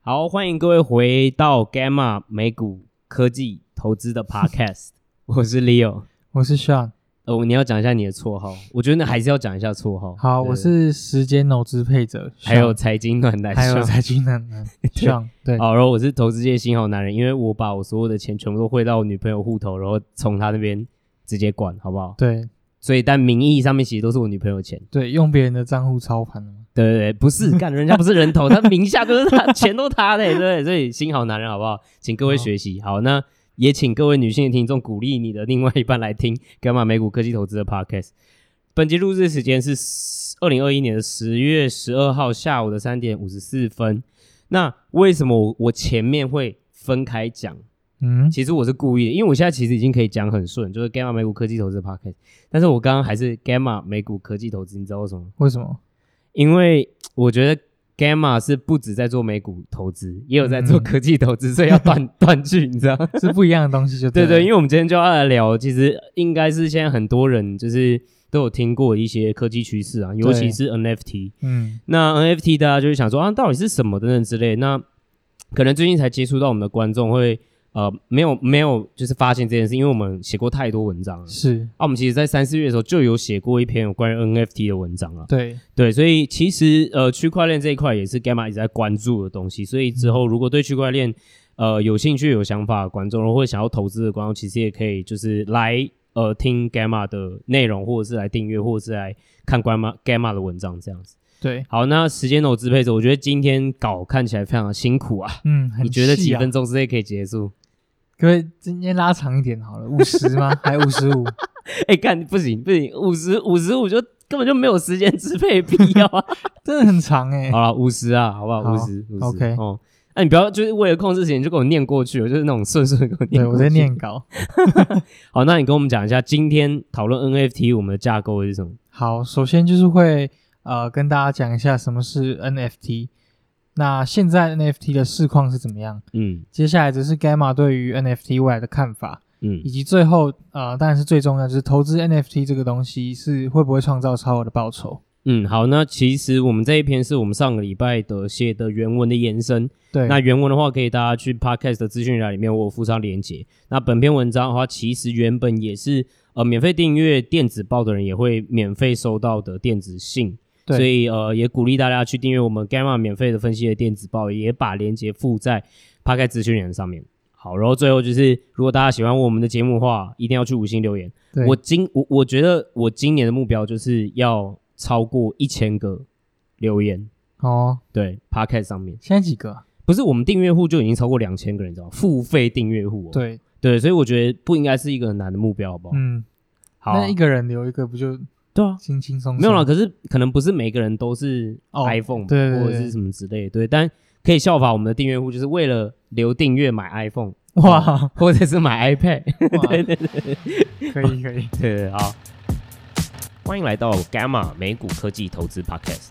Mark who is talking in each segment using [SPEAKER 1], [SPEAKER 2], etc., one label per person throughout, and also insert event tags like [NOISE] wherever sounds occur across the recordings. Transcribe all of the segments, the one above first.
[SPEAKER 1] 好，欢迎各位回到 Gamma 美股科技投资
[SPEAKER 2] [LAUGHS]
[SPEAKER 1] 的 Podcast，我是 Leo。
[SPEAKER 2] 我是 Sean，
[SPEAKER 1] 哦，你要讲一下你的绰号，我觉得还是要讲一下绰号。
[SPEAKER 2] 好，我
[SPEAKER 1] 对
[SPEAKER 2] 是时间脑支配者，
[SPEAKER 1] 还有
[SPEAKER 2] Sean
[SPEAKER 1] 财经暖男，
[SPEAKER 2] 还有财经男
[SPEAKER 1] [LAUGHS]
[SPEAKER 2] 男 Sean，对，
[SPEAKER 1] 好，然后我是投资界新好男人，因为我把我所有的钱全部都汇到我女朋友户头，然后从她那边直接管，好不好？
[SPEAKER 2] 对
[SPEAKER 1] 所以，但名义上面其实都是我女朋友钱。
[SPEAKER 2] 对，用别人的账户操盘了嘛，
[SPEAKER 1] 对对对，不是干人家不是人头，他名下就是他，钱都他的，对不对？所以新好男人好不好？请各位
[SPEAKER 2] 好
[SPEAKER 1] 学习。好，那也请各位女性的听众鼓励你的另外一半来听《干嘛美股科技投资》的 podcast。本集录制时间是二零二一年的十月十二号下午的三点五十四分。那为什么我我前面会分开讲？
[SPEAKER 2] 嗯，
[SPEAKER 1] 其实我是故意的，因为我现在其实已经可以讲很顺，就是 Gamma 美股科技投资 podcast，但是我刚刚还是 Gamma 美股科技投资，你知道为什么吗？
[SPEAKER 2] 为什么？
[SPEAKER 1] 因为我觉得 Gamma 是不止在做美股投资，也有在做
[SPEAKER 2] 嗯
[SPEAKER 1] 科技投资，所以要断断句，你知道吗？
[SPEAKER 2] 是不一样的东西
[SPEAKER 1] [LAUGHS]
[SPEAKER 2] 就
[SPEAKER 1] 对
[SPEAKER 2] 对
[SPEAKER 1] 对，因
[SPEAKER 2] 为
[SPEAKER 1] 为我们今天就要来聊，其实应该是现在很多人就是都有听过一些科技趋势啊，尤其是 NFT。
[SPEAKER 2] 嗯
[SPEAKER 1] 那 NFT 大家就会想说啊，到底是什么等等之类。那可能最近才接触到我们的观众会呃没有没有就是发现这件事，因为我们写过太多文章了。
[SPEAKER 2] 是，
[SPEAKER 1] 啊，我们其实，在三四月的时候就有写过一篇有关于 NFT 的文章了。啊
[SPEAKER 2] 对
[SPEAKER 1] 对，所以其实呃，区块链这一块也是 Gamma 一直在关注的东西。所以之
[SPEAKER 2] 嗯
[SPEAKER 1] 后如果对区块链呃有兴趣、有想法的观众，或者想要投资的观众，其实也可以就是来呃听 Gamma 的内容，或者是来订阅，或者是来看 Gamma Gamma 的文章这样子。
[SPEAKER 2] 对，
[SPEAKER 1] 好，那时间我支配者，我觉得今天稿看起来非常的辛苦啊。
[SPEAKER 2] 嗯，很
[SPEAKER 1] 你觉得
[SPEAKER 2] 细
[SPEAKER 1] 几
[SPEAKER 2] 啊
[SPEAKER 1] 分？钟之内可以结束？ [LAUGHS]
[SPEAKER 2] 各位今天拉长一点好了，五十
[SPEAKER 1] [LAUGHS]
[SPEAKER 2] 吗？还五十五？
[SPEAKER 1] 哎、干不行不行，五十五十五就根本就没有时间支配必要啊。
[SPEAKER 2] 真的很长
[SPEAKER 1] [LAUGHS]
[SPEAKER 2] 哎，
[SPEAKER 1] 好了，五十啊，好不好？
[SPEAKER 2] 好
[SPEAKER 1] 五十，五十。
[SPEAKER 2] OK
[SPEAKER 1] 哦，那、你不要就是为了控制时间你就给我念过去，我就是那种顺顺地给我念。
[SPEAKER 2] 对我在。念稿。
[SPEAKER 1] 好，那你跟我们讲一下，今天讨论 NFT 我们的架构是什么？
[SPEAKER 2] 好，首先就是会呃跟大家讲一下什么是 NFT，那现在 NFT 的市况是怎么样？
[SPEAKER 1] 嗯
[SPEAKER 2] 接下来则是 Gamma 对于 NFT 未来的看法，
[SPEAKER 1] 嗯
[SPEAKER 2] 以及最后呃，当然是最重要，就是投资 NFT 这个东西是会不会创造超额的报酬？
[SPEAKER 1] 嗯，好，那其实我们这一篇是我们上个礼拜的写的原文的延伸。
[SPEAKER 2] 对，
[SPEAKER 1] 那原文的话，可以大家去 podcast 的资讯栏里面，我有附上连结。那本篇文章的话，其实原本也是呃免费订阅电子报的人也会免费收到的电子信，
[SPEAKER 2] 对
[SPEAKER 1] 所以呃也鼓励大家去订阅我们 Gamma 免费的分析的电子报，也把连结附在 podcast 资讯栏上面。好，然后最后就是，如果大家喜欢我们的节目的话，一定要去五星留言。
[SPEAKER 2] 对
[SPEAKER 1] 我今我我觉得我今年的目标就是要超过一千个留言，
[SPEAKER 2] 哦，
[SPEAKER 1] 对 podcast 上面。
[SPEAKER 2] 现在几个啊？
[SPEAKER 1] 不是我们订阅户就已经超过两千个人，你知道吗？付费订阅户、哦，
[SPEAKER 2] 对，
[SPEAKER 1] 对，所以我觉得不应该是一个很难的目标，好不好？
[SPEAKER 2] 嗯，
[SPEAKER 1] 好啊
[SPEAKER 2] 那一，个人留一个不就
[SPEAKER 1] 对啊，
[SPEAKER 2] 轻轻松松？
[SPEAKER 1] 没有啦，，可是可能不是每个人都是
[SPEAKER 2] 哦
[SPEAKER 1] iPhone、
[SPEAKER 2] 对对对
[SPEAKER 1] 或者是什么之类的，对，但可以效法我们的订阅户，就是为了留订阅买 iPhone
[SPEAKER 2] 哇，哇
[SPEAKER 1] 或者是买 iPad， [LAUGHS]
[SPEAKER 2] 对对对，可以可以，
[SPEAKER 1] 对， [LAUGHS] 好。欢迎来到 Gamma 美股科技投资 Podcast，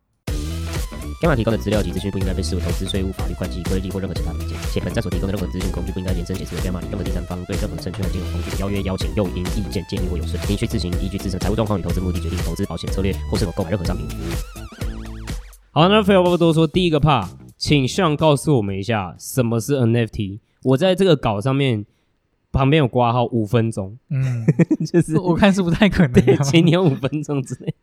[SPEAKER 1] Gamma 提供的资料及资讯不应该被视为投资、税务、法律、会计、规例或任何其他意见，且本站所提供的任何资讯工具不应该延伸解释为 Gamma 任何第三方对任何证券和金融工具的邀约、邀请、诱因、意见、建议或有损，您需自行依据自身财务状况与投资目的决定投资保险策略或是否购买任何商品服务。好，那废话不多说，第一个 part，请向告诉我们一下什么是 NFT。我在这个稿上面旁边有挂号五分钟， [LAUGHS]
[SPEAKER 2] 嗯，
[SPEAKER 1] 就是
[SPEAKER 2] 我看是不太可能啊的嘛。
[SPEAKER 1] 请你用五分钟之内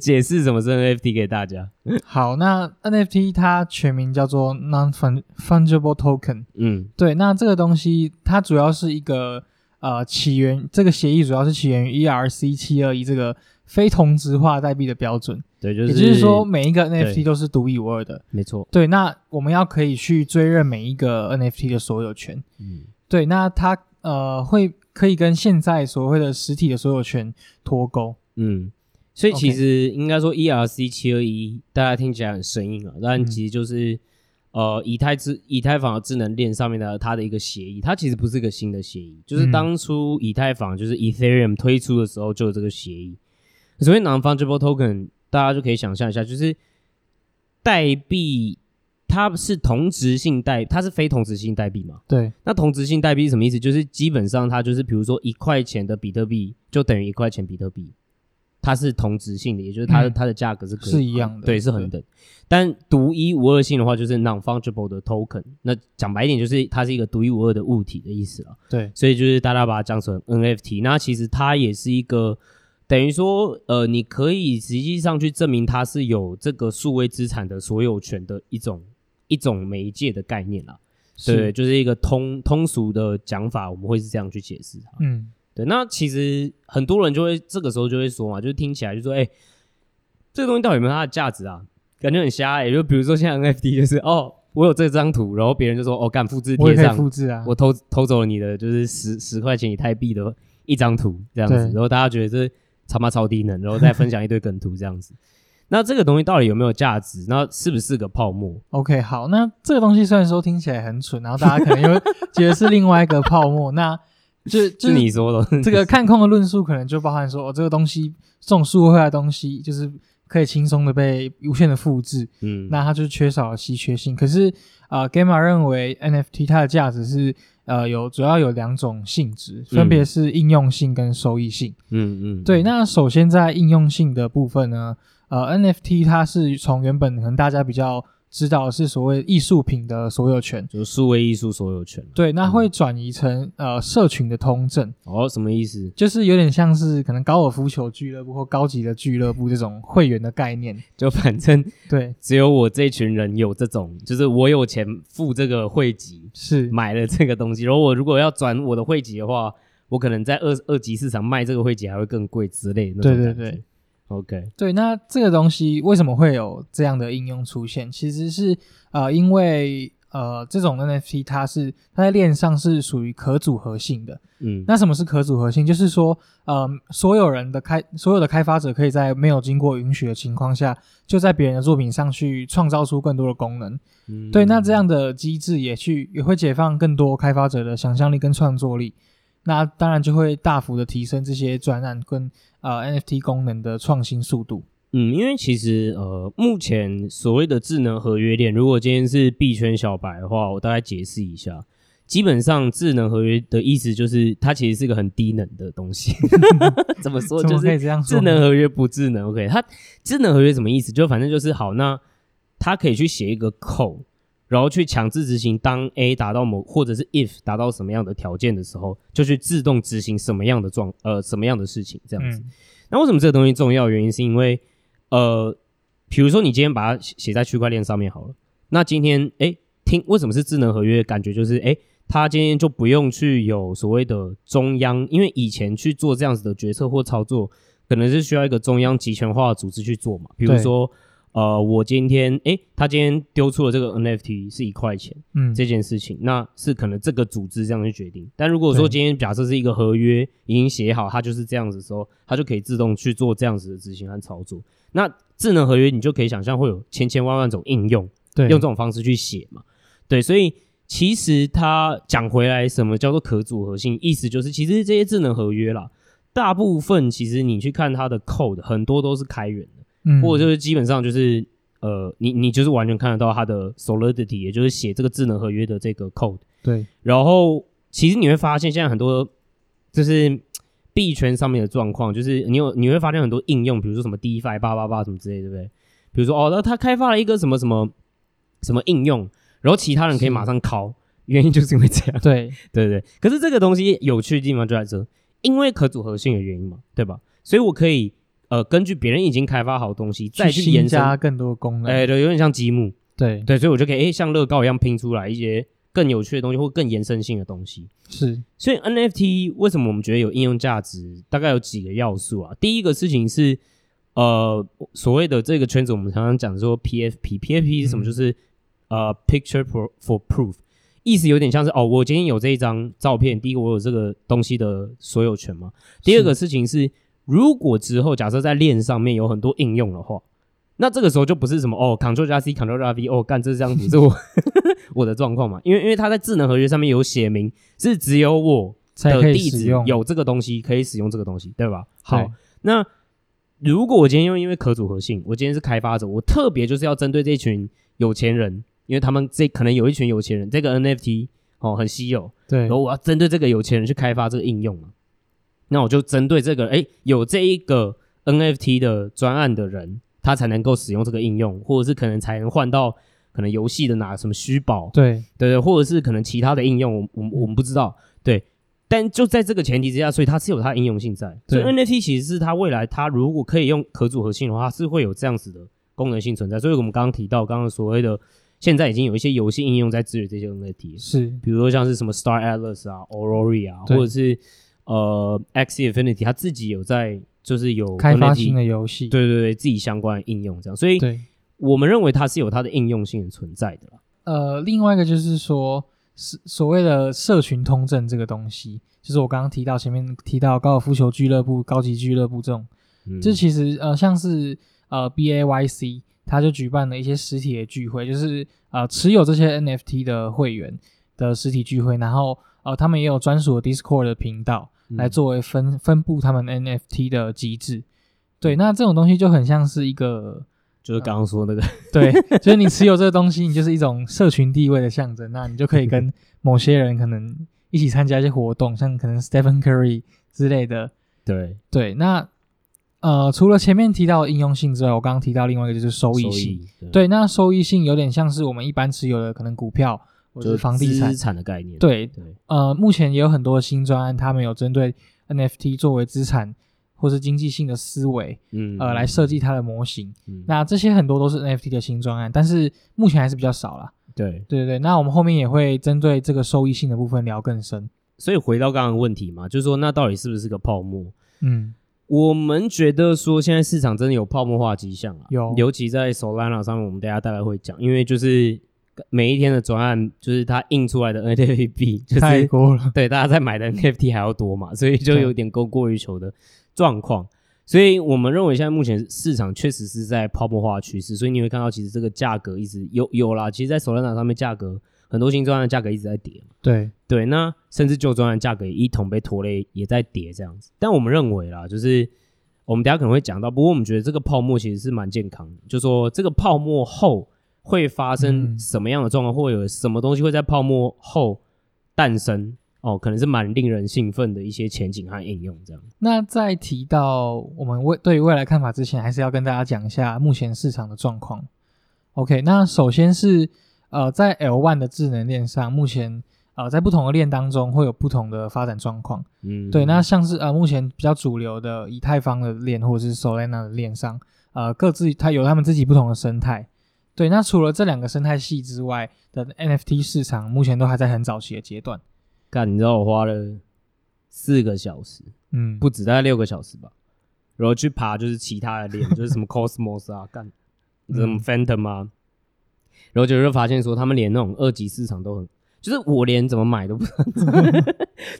[SPEAKER 1] 解释什么是 NFT 给大家。
[SPEAKER 2] 好，那 NFT 它全名叫做 Non Fungible Token，
[SPEAKER 1] 嗯
[SPEAKER 2] 对，那这个东西它主要是一个呃起源，这个协议主要是起源于 ERC 七二一这个非同质化代币的标准，
[SPEAKER 1] 对，就
[SPEAKER 2] 也就是说每一个
[SPEAKER 1] 对
[SPEAKER 2] NFT 都是独一无二的。
[SPEAKER 1] 没错，
[SPEAKER 2] 对，那我们要可以去追认每一个 NFT 的所有权。
[SPEAKER 1] 嗯
[SPEAKER 2] 对，那它呃会可以跟现在所谓的实体的所有权脱钩。
[SPEAKER 1] 嗯，所以其
[SPEAKER 2] OK
[SPEAKER 1] 实应该说 ERC 七二一，大家听起来很生硬啊，但
[SPEAKER 2] 嗯
[SPEAKER 1] 其实就是、呃以太智以太坊的智能链上面的它的一个协议，它其实不是一个新的协议，就是
[SPEAKER 2] 嗯
[SPEAKER 1] 当初以太坊就是 Ethereum 推出的时候就有这个协议。所谓 non fungible token，大家就可以想象一下，就是代币它是同质性代，它是非同质性代币嘛？
[SPEAKER 2] 对，
[SPEAKER 1] 那同质性代币是什么意思？就是基本上它就是，比如说一块钱的比特币就等于一块钱比特币，它是同质性的，也就是它的、
[SPEAKER 2] 嗯
[SPEAKER 1] 它的价格是可以
[SPEAKER 2] 是一样的
[SPEAKER 1] 对，是恒等。但独一无二性的话，就是 non fungible 的 token。那讲白一点，就是它是一个独一无二的物体的意思了。
[SPEAKER 2] 对，
[SPEAKER 1] 所以就是大家把它讲成 NFT。那其实它也是一个。等于说，呃，你可以实际上去证明它是有这个数位资产的所有权的一种一种媒介的概念啦。对，
[SPEAKER 2] 是，
[SPEAKER 1] 就是一个通通俗的讲法，我们会是这样去解释它。
[SPEAKER 2] 嗯，
[SPEAKER 1] 对，那其实很多人就会这个时候就会说嘛，就是听起来就说，哎、这个东西到底有没有它的价值啊？感觉很瞎哎、就比如说现在 NFT 就是，哦，我有这张图，然后别人就说，哦，干复制
[SPEAKER 2] 我也
[SPEAKER 1] 贴
[SPEAKER 2] 可
[SPEAKER 1] 上
[SPEAKER 2] 以，复制啊，
[SPEAKER 1] 我偷偷走了你的就是十十块钱以太币的一张图这样子，
[SPEAKER 2] 对
[SPEAKER 1] 然后大家觉得这他妈超低能，然后再分享一堆梗图这样子。 [LAUGHS] 那这个东西到底有没有价值？那是不是个泡沫？
[SPEAKER 2] OK，好，那这个东西虽然说听起来很蠢，然后大家可
[SPEAKER 1] [LAUGHS]
[SPEAKER 2] 能又觉得是另外一个泡沫，那就就是
[SPEAKER 1] 你说的，
[SPEAKER 2] [LAUGHS]
[SPEAKER 1] [LAUGHS]
[SPEAKER 2] 这个看空的论述可能就包含说，哦，这个东西这种数位化的东西就是可以轻松的被无限的复制，
[SPEAKER 1] 嗯，
[SPEAKER 2] 那它就缺少了稀缺性。可是呃，Gamma 认为 NFT 它的价值是呃有主要有两种性质，分别是应用性跟收益性。
[SPEAKER 1] 嗯嗯，
[SPEAKER 2] 对，那首先在应用性的部分呢，呃，NFT 它是从原本可能大家比较知道的是所谓艺术品的所有权，
[SPEAKER 1] 就是数位艺术所有权。
[SPEAKER 2] 对，那会转移成呃社群的通证，
[SPEAKER 1] 哦，什么意思？
[SPEAKER 2] 就是有点像是可能高尔夫球俱乐部或高级的俱乐部这种会员的概念。
[SPEAKER 1] 就反正
[SPEAKER 2] 对，
[SPEAKER 1] 只有我这群人有这种，就是我有钱付这个会籍，
[SPEAKER 2] 是，
[SPEAKER 1] 买了这个东西。然后我如果要转我的会籍的话，我可能在二二级市场卖这个会籍还会更贵之类的那种
[SPEAKER 2] 对对
[SPEAKER 1] 感觉
[SPEAKER 2] 对。
[SPEAKER 1] OK，
[SPEAKER 2] 对。那这个东西为什么会有这样的应用出现？其实是呃，因为呃，这种 NFT 它是它在链上是属于可组合性的。
[SPEAKER 1] 嗯，
[SPEAKER 2] 那什么是可组合性？就是说，呃，所有人的开所有的开发者可以在没有经过允许的情况下，就在别人的作品上去创造出更多的功能。
[SPEAKER 1] 嗯
[SPEAKER 2] 对，那这样的机制也去也会解放更多开发者的想象力跟创作力，那当然就会大幅的提升这些专案跟呃 NFT 功能的创新速度。
[SPEAKER 1] 嗯，因为其实呃，目前所谓的智能合约链，如果今天是币圈小白的话，我大概解释一下。基本上，智能合约的意思就是它其实是个很低能的东
[SPEAKER 2] [LAUGHS]
[SPEAKER 1] 西。 [LAUGHS] 怎么说？
[SPEAKER 2] 怎
[SPEAKER 1] 就
[SPEAKER 2] 么
[SPEAKER 1] 是
[SPEAKER 2] 可以这样说
[SPEAKER 1] 智
[SPEAKER 2] 呢？
[SPEAKER 1] 能合约不智能，OK？它智能合约什么意思？就反正就是好，那它可以去写一个扣，然后去强制执行。当 A 达到某或者是 if 达到什么样的条件的时候，就去自动执行什么样的状呃什么样的事情这样子。
[SPEAKER 2] 嗯，
[SPEAKER 1] 那为什么这个东西重要？原因是因为呃，比如说你今天把它写写在区块链上面好了，那今天诶听为什么是智能合约？感觉就是诶它今天就不用去有所谓的中央，因为以前去做这样子的决策或操作，可能是需要一个中央集权化的组织去做嘛。比如
[SPEAKER 2] 对
[SPEAKER 1] 说，呃，我今天诶，他今天丢出了这个 NFT 是一块钱，
[SPEAKER 2] 嗯，
[SPEAKER 1] 这件事情，那是可能这个组织这样去决定。但如果说
[SPEAKER 2] 对
[SPEAKER 1] 今天假设是一个合约已经写好，它就是这样子的时候，它就可以自动去做这样子的执行和操作。那智能合约你就可以想象会有千千万万种应用，
[SPEAKER 2] 对，
[SPEAKER 1] 用这种方式去写嘛。对，所以其实它讲回来，什么叫做可组合性？意思就是，其实这些智能合约啦，大部分其实你去看它的 code，很多都是开源的。
[SPEAKER 2] 嗯，
[SPEAKER 1] 或者就是基本上就是呃，你你就是完全看得到它的 solidity，也就是写这个智能合约的这个 code。
[SPEAKER 2] 对，
[SPEAKER 1] 然后其实你会发现，现在很多就是币圈上面的状况，就是你有你会发现很多应用，比如说什么 DeFi 八八八什么之类，对不对？比如说哦，那他开发了一个什么什么什么应用，然后其他人可以
[SPEAKER 2] 是
[SPEAKER 1] 马上拷，原因就是因为这样。
[SPEAKER 2] 对，
[SPEAKER 1] 对对。对可是这个东西有趣的地方就在这，因为可组合性的原因嘛，对吧？所以我可以呃根据别人已经开发好的东西再去
[SPEAKER 2] 新
[SPEAKER 1] 延伸，
[SPEAKER 2] 加啊更多的功能。
[SPEAKER 1] 哎、对，有点像积木，
[SPEAKER 2] 对，
[SPEAKER 1] 对，所以我就可以哎、像乐高一样拼出来一些更有趣的东西或更延伸性的东西。
[SPEAKER 2] 是，
[SPEAKER 1] 所以 NFT 为什么我们觉得有应用价值？大概有几个要素啊。第一个事情是，呃，所谓的这个圈子，我们常常讲说 PFP，PFP 是什么？
[SPEAKER 2] 嗯
[SPEAKER 1] 就是呃，picture for for proof，意思有点像是哦，我今天有这一张照片，第一个我有这个东西的所有权嘛。第二个事情是，如果之后假设在链上面有很多应用的话。那这个时候就不是什么哦，Ctrl 加 C，Ctrl 加 V，哦，干这张图是
[SPEAKER 2] [LAUGHS]
[SPEAKER 1] 我我的状况嘛？因为因为它在智能合约上面有写明，是只有我
[SPEAKER 2] 才
[SPEAKER 1] 的
[SPEAKER 2] 可以
[SPEAKER 1] 地
[SPEAKER 2] 使
[SPEAKER 1] 址
[SPEAKER 2] 用。
[SPEAKER 1] 有这个东西可以使用这个东西，对吧？
[SPEAKER 2] 对
[SPEAKER 1] 好，那如果我今天又因为可组合性，我今天是开发者，我特别就是要针对这群有钱人，因为他们这可能有一群有钱人，这个 NFT 哦很稀有，
[SPEAKER 2] 对
[SPEAKER 1] 然后我要针对这个有钱人去开发这个应用嘛，那我就针对这个，哎，有这一个 NFT 的专案的人，他才能够使用这个应用，或者是可能才能换到可能游戏的哪什么虚宝，
[SPEAKER 2] 对
[SPEAKER 1] 对对，或者是可能其他的应用，我我
[SPEAKER 2] 嗯
[SPEAKER 1] 我们不知道，对。但就在这个前提之下，所以它是有它的应用性在。所以
[SPEAKER 2] 对
[SPEAKER 1] NFT 其实是它未来它如果可以用可组合性的话，它是会有这样子的功能性存在。所以我们刚刚提到，刚刚所谓的现在已经有一些游戏应用在支援这些 NFT，了
[SPEAKER 2] 是，
[SPEAKER 1] 比如说像是什么 Star Atlas 啊、Aurora 啊，
[SPEAKER 2] 对
[SPEAKER 1] 或者是呃 X Infinity，它自己有在就是有
[SPEAKER 2] 开发
[SPEAKER 1] NFT
[SPEAKER 2] 新的游戏，
[SPEAKER 1] 对对对自己相关的应用这样，所以
[SPEAKER 2] 对，
[SPEAKER 1] 我们认为它是有它的应用性的存在的啦。
[SPEAKER 2] 呃，另外一个就是说，是所谓的社群通证这个东西，就是我刚刚提到前面提到高尔夫球俱乐部、高级俱乐部这种，
[SPEAKER 1] 嗯
[SPEAKER 2] 这其实呃像是呃 B A Y C，它就举办了一些实体的聚会，就是呃持有这些 N F T 的会员的实体聚会，然后呃他们也有专属的 Discord 的频道，
[SPEAKER 1] 嗯
[SPEAKER 2] 来作为分分布他们 NFT 的机制。对，那这种东西就很像是一个
[SPEAKER 1] 就是刚刚说那个，
[SPEAKER 2] [LAUGHS] 对，就是你持有这个东西，你就是一种社群地位的象征。那你就可以跟某些人可能一起参加一些活动，像可能 Stephen Curry 之类的。
[SPEAKER 1] 对，
[SPEAKER 2] 对，那呃，除了前面提到的应用性之外，我刚刚提到另外一个就是收益性。
[SPEAKER 1] 益，
[SPEAKER 2] 对，那收益性有点像是我们一般持有的可能股票或者
[SPEAKER 1] 就是是
[SPEAKER 2] 房地产
[SPEAKER 1] 资。产的概念。
[SPEAKER 2] 对，
[SPEAKER 1] 对，
[SPEAKER 2] 呃，目前也有很多新专案，他们有针对 NFT 作为资产或是经济性的思维，
[SPEAKER 1] 嗯
[SPEAKER 2] 呃，来设计它的模型。
[SPEAKER 1] 嗯
[SPEAKER 2] 那这些很多都是 NFT 的新专案，但是目前还是比较少啦。
[SPEAKER 1] 嗯对，
[SPEAKER 2] 对对对，那我们后面也会针对这个收益性的部分聊更深。
[SPEAKER 1] 所以回到刚刚的问题嘛，就是说那到底是不是个泡沫？
[SPEAKER 2] 嗯，
[SPEAKER 1] 我们觉得说现在市场真的有泡沫化迹象啊，
[SPEAKER 2] 有
[SPEAKER 1] 尤其在 Solana 上面，我们大家大概会讲，因为就是每一天的专案，就是它印出来的 NFT 币，就
[SPEAKER 2] 太
[SPEAKER 1] 是
[SPEAKER 2] 多 [LAUGHS] 了。
[SPEAKER 1] 对大家在买的 NFT 还要多嘛，所以就
[SPEAKER 2] 对
[SPEAKER 1] 有点供过于求的状况。所以我们认为现在目前市场确实是在泡沫化趋势，所以你会看到其实这个价格一直有有啦，其实，在 Solana 上面价格很多新专案的价格一直在跌嘛
[SPEAKER 2] 对
[SPEAKER 1] [LAUGHS] 对，那甚至旧专案价格也一同被拖累，也在跌这样子。但我们认为啦，就是我们等一下可能会讲到，不过我们觉得这个泡沫其实是蛮健康的，就说这个泡沫后会发生
[SPEAKER 2] 嗯
[SPEAKER 1] 什么样的状况，或有什么东西会在泡沫后诞生哦，可能是蛮令人兴奋的一些前景和应用这样。
[SPEAKER 2] 那在提到我们未对于未来看法之前，还是要跟大家讲一下目前市场的状况。OK，那首先是呃，在 L one 的智能链上，目前呃在不同的链当中会有不同的发展状况。
[SPEAKER 1] 嗯，
[SPEAKER 2] 对，那像是呃目前比较主流的以太坊的链或者是 Solana 的链上，呃各自它有他们自己不同的生态。对，那除了这两个生态系之外的 NFT 市场，目前都还在很早期的阶段。
[SPEAKER 1] 干，你知道我花了四个小时，
[SPEAKER 2] 嗯，
[SPEAKER 1] 不止大概六个小时吧，然后去爬就是其他的
[SPEAKER 2] [LAUGHS]
[SPEAKER 1] 链，就是什么 Cosmos 啊，干什么
[SPEAKER 2] 嗯
[SPEAKER 1] Phantom 啊，然后就就发现说他们连那种二级市场都很，就是我连怎么买都不知道， [LAUGHS]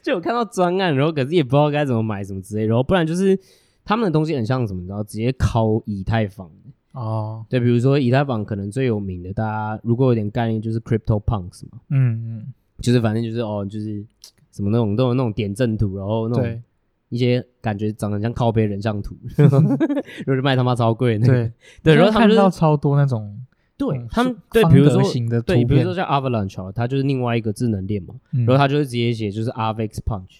[SPEAKER 1] 就有看到专案，然后可是也不知道该怎么买什么之类，然后不然就是他们的东西很像什么，你知道，直接靠以太坊。
[SPEAKER 2] 哦，
[SPEAKER 1] 对，比如说以太坊可能最有名的，大家如果有点概念就是 Crypto Punks 嘛，
[SPEAKER 2] 嗯嗯，
[SPEAKER 1] 就是反正就是哦，就是什么那种都有那种点阵图，然后那种
[SPEAKER 2] 对
[SPEAKER 1] 一些感觉长得很像靠背人像图，就是卖他妈超贵的 [LAUGHS] 那个。
[SPEAKER 2] [LAUGHS] 对
[SPEAKER 1] 对，然后
[SPEAKER 2] 现
[SPEAKER 1] 他
[SPEAKER 2] 在
[SPEAKER 1] 们
[SPEAKER 2] 看
[SPEAKER 1] 就
[SPEAKER 2] 到
[SPEAKER 1] 是
[SPEAKER 2] 超多那种
[SPEAKER 1] 对
[SPEAKER 2] 嗯
[SPEAKER 1] 他们
[SPEAKER 2] 是
[SPEAKER 1] 对，
[SPEAKER 2] 方
[SPEAKER 1] 比如
[SPEAKER 2] 格
[SPEAKER 1] 说
[SPEAKER 2] 型的
[SPEAKER 1] 对，
[SPEAKER 2] 图
[SPEAKER 1] 比如说
[SPEAKER 2] 片，
[SPEAKER 1] 像 Avalanche，啊它就是另外一个智能链嘛，
[SPEAKER 2] 嗯
[SPEAKER 1] 然后它就是直接写就是 Avex Punch，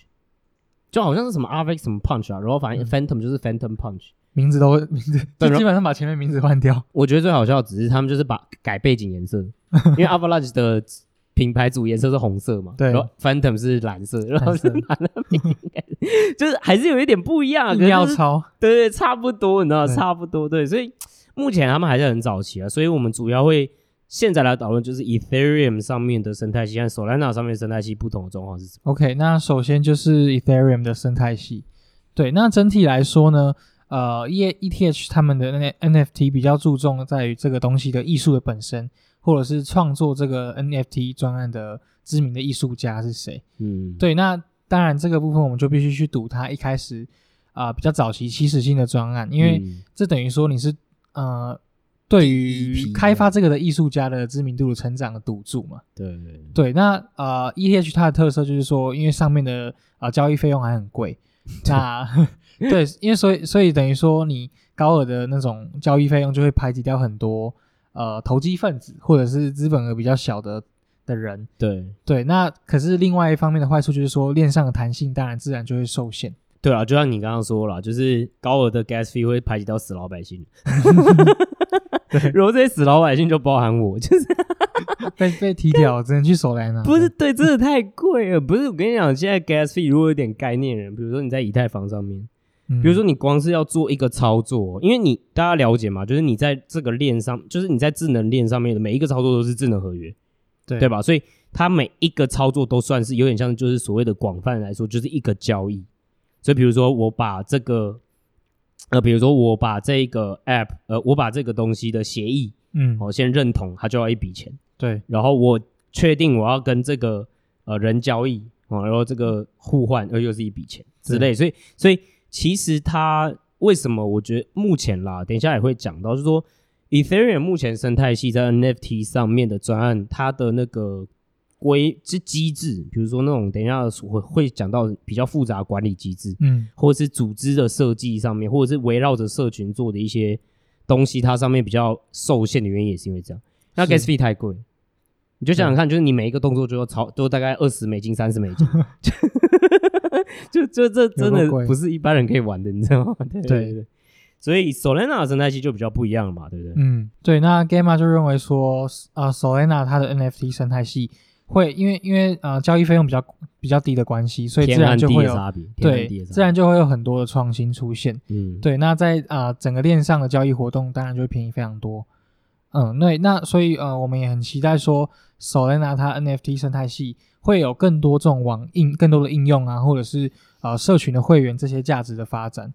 [SPEAKER 1] 就好像是什么 Avex 什么 Punch 啊，然后反正
[SPEAKER 2] 嗯
[SPEAKER 1] Phantom 就是 Phantom Punch。
[SPEAKER 2] 名字都会名字，
[SPEAKER 1] 对
[SPEAKER 2] 就
[SPEAKER 1] 然后
[SPEAKER 2] 基本上把前面名字换掉。
[SPEAKER 1] 我觉得最好笑的只是他们就是把改背景颜
[SPEAKER 2] [LAUGHS]
[SPEAKER 1] 色，因为 Avalanche 的品牌主颜色是红色嘛，
[SPEAKER 2] 对
[SPEAKER 1] 然后 Phantom 是蓝色，然后
[SPEAKER 2] 蓝
[SPEAKER 1] 是
[SPEAKER 2] 色
[SPEAKER 1] 拿了名字， [LAUGHS] 就是还是有一点不一啊样，可
[SPEAKER 2] 硬
[SPEAKER 1] 是
[SPEAKER 2] 要
[SPEAKER 1] 就是
[SPEAKER 2] 抄，
[SPEAKER 1] 对对，差不多，你知道，
[SPEAKER 2] 对
[SPEAKER 1] 差不多，对，所以目前他们还是很早期啊，所以我们主要会现在来讨论就是 Ethereum 上面的生态系和 Solana 上面的生态系不同的状况是什么。
[SPEAKER 2] OK，那首先就是 Ethereum 的生态系。对，那整体来说呢，呃，E ETH 他们的 N NFT 比较注重在于这个东西的艺术的本身，或者是创作这个 NFT 专案的知名的艺术家是谁。
[SPEAKER 1] 嗯，，
[SPEAKER 2] 对，那当然这个部分我们就必须去赌它一开始啊、比较早期起始性的专案，因为这等于说你是呃
[SPEAKER 1] 嗯
[SPEAKER 2] 对
[SPEAKER 1] 第一批
[SPEAKER 2] 于
[SPEAKER 1] 的
[SPEAKER 2] 开发这个的艺术家的知名度的成长的赌注嘛。
[SPEAKER 1] 对
[SPEAKER 2] 对，那呃，ETH 它的特色就是说，因为上面
[SPEAKER 1] [LAUGHS]
[SPEAKER 2] 的呃交易费用还很贵，那对，因为所以所以等于说你高额的那种交易费用就会排挤掉很多呃投机分子或者是资本额比较小的的人。
[SPEAKER 1] 对
[SPEAKER 2] 对，那可是另外一方面的坏处就是说，链上的弹性当然自然就会
[SPEAKER 1] [LAUGHS]
[SPEAKER 2] 受限。
[SPEAKER 1] 对啊，就像你刚刚说了，就是高额的 gas fee 会排挤掉死老百姓。 [LAUGHS] 然后这些死老百姓就包含 [LAUGHS] 我，就是
[SPEAKER 2] 被被踢掉，只能去手来拿。
[SPEAKER 1] 不是对，真的太贵了。不是我跟你讲，现在 gas fee 如果有点概念人，比如说你在以太坊上面，
[SPEAKER 2] 嗯，
[SPEAKER 1] 比如说你光是要做一个操作，因为你大家了解嘛，就是你在这个链上，就是你在智能链上面的每一个操作都是智能合约，
[SPEAKER 2] 对
[SPEAKER 1] 对吧？所以它每一个操作都算是有点像，就是所谓的广泛来说，就是一个交易。所以比如说我把这个，呃，比如说我把这个 app，呃，我把这个东西的协议，
[SPEAKER 2] 嗯，
[SPEAKER 1] 我、先认同，它就要一笔钱。
[SPEAKER 2] 对，
[SPEAKER 1] 然后我确定我要跟这个呃人交易啊、哦然后这个互换呃又是一笔钱之类，所以所以其实它为什么我觉得目前啦，等一下也会讲到，就是说 Ethereum 目前生态系在 NFT 上面的专案，它的那个规之机制，比如说那种等一下所会会讲到比较复杂的管理机制，
[SPEAKER 2] 嗯
[SPEAKER 1] 或者是组织的设计上面，或者是围绕着社群做的一些东西，它上面比较受限的原因也是因为这样。那
[SPEAKER 2] 是
[SPEAKER 1] gas fee 太贵，你就想想看，就是你每一个动作就要超，都大概二十美金、三十美
[SPEAKER 2] [LAUGHS]
[SPEAKER 1] 金，就就这真
[SPEAKER 2] 有
[SPEAKER 1] 的
[SPEAKER 2] 够贵
[SPEAKER 1] 不是一般人可以玩的，你知道吗？对
[SPEAKER 2] 对
[SPEAKER 1] 对对。所以 Solana 的生态系就比较不一样了嘛，对不对？
[SPEAKER 2] 嗯，对。那 Gamma 就认为说，呃，Solana 它的 NFT 生态系会因为因为呃交易费用比较比较低的关系，所以
[SPEAKER 1] 天
[SPEAKER 2] 自
[SPEAKER 1] 和
[SPEAKER 2] 然就
[SPEAKER 1] 地
[SPEAKER 2] 会
[SPEAKER 1] 的
[SPEAKER 2] 有
[SPEAKER 1] 差别，天和
[SPEAKER 2] 对
[SPEAKER 1] 地的，差别
[SPEAKER 2] 自然就会有很多的创新出现。
[SPEAKER 1] 嗯，
[SPEAKER 2] 对，那在啊、呃整个链上的交易活动，当然就会便宜非常多。嗯，那那所以呃，我们也很期待说，Solana 它 NFT 生态系会有更多这种网应更多的应用啊，或者是呃社群的会员这些价值的发展。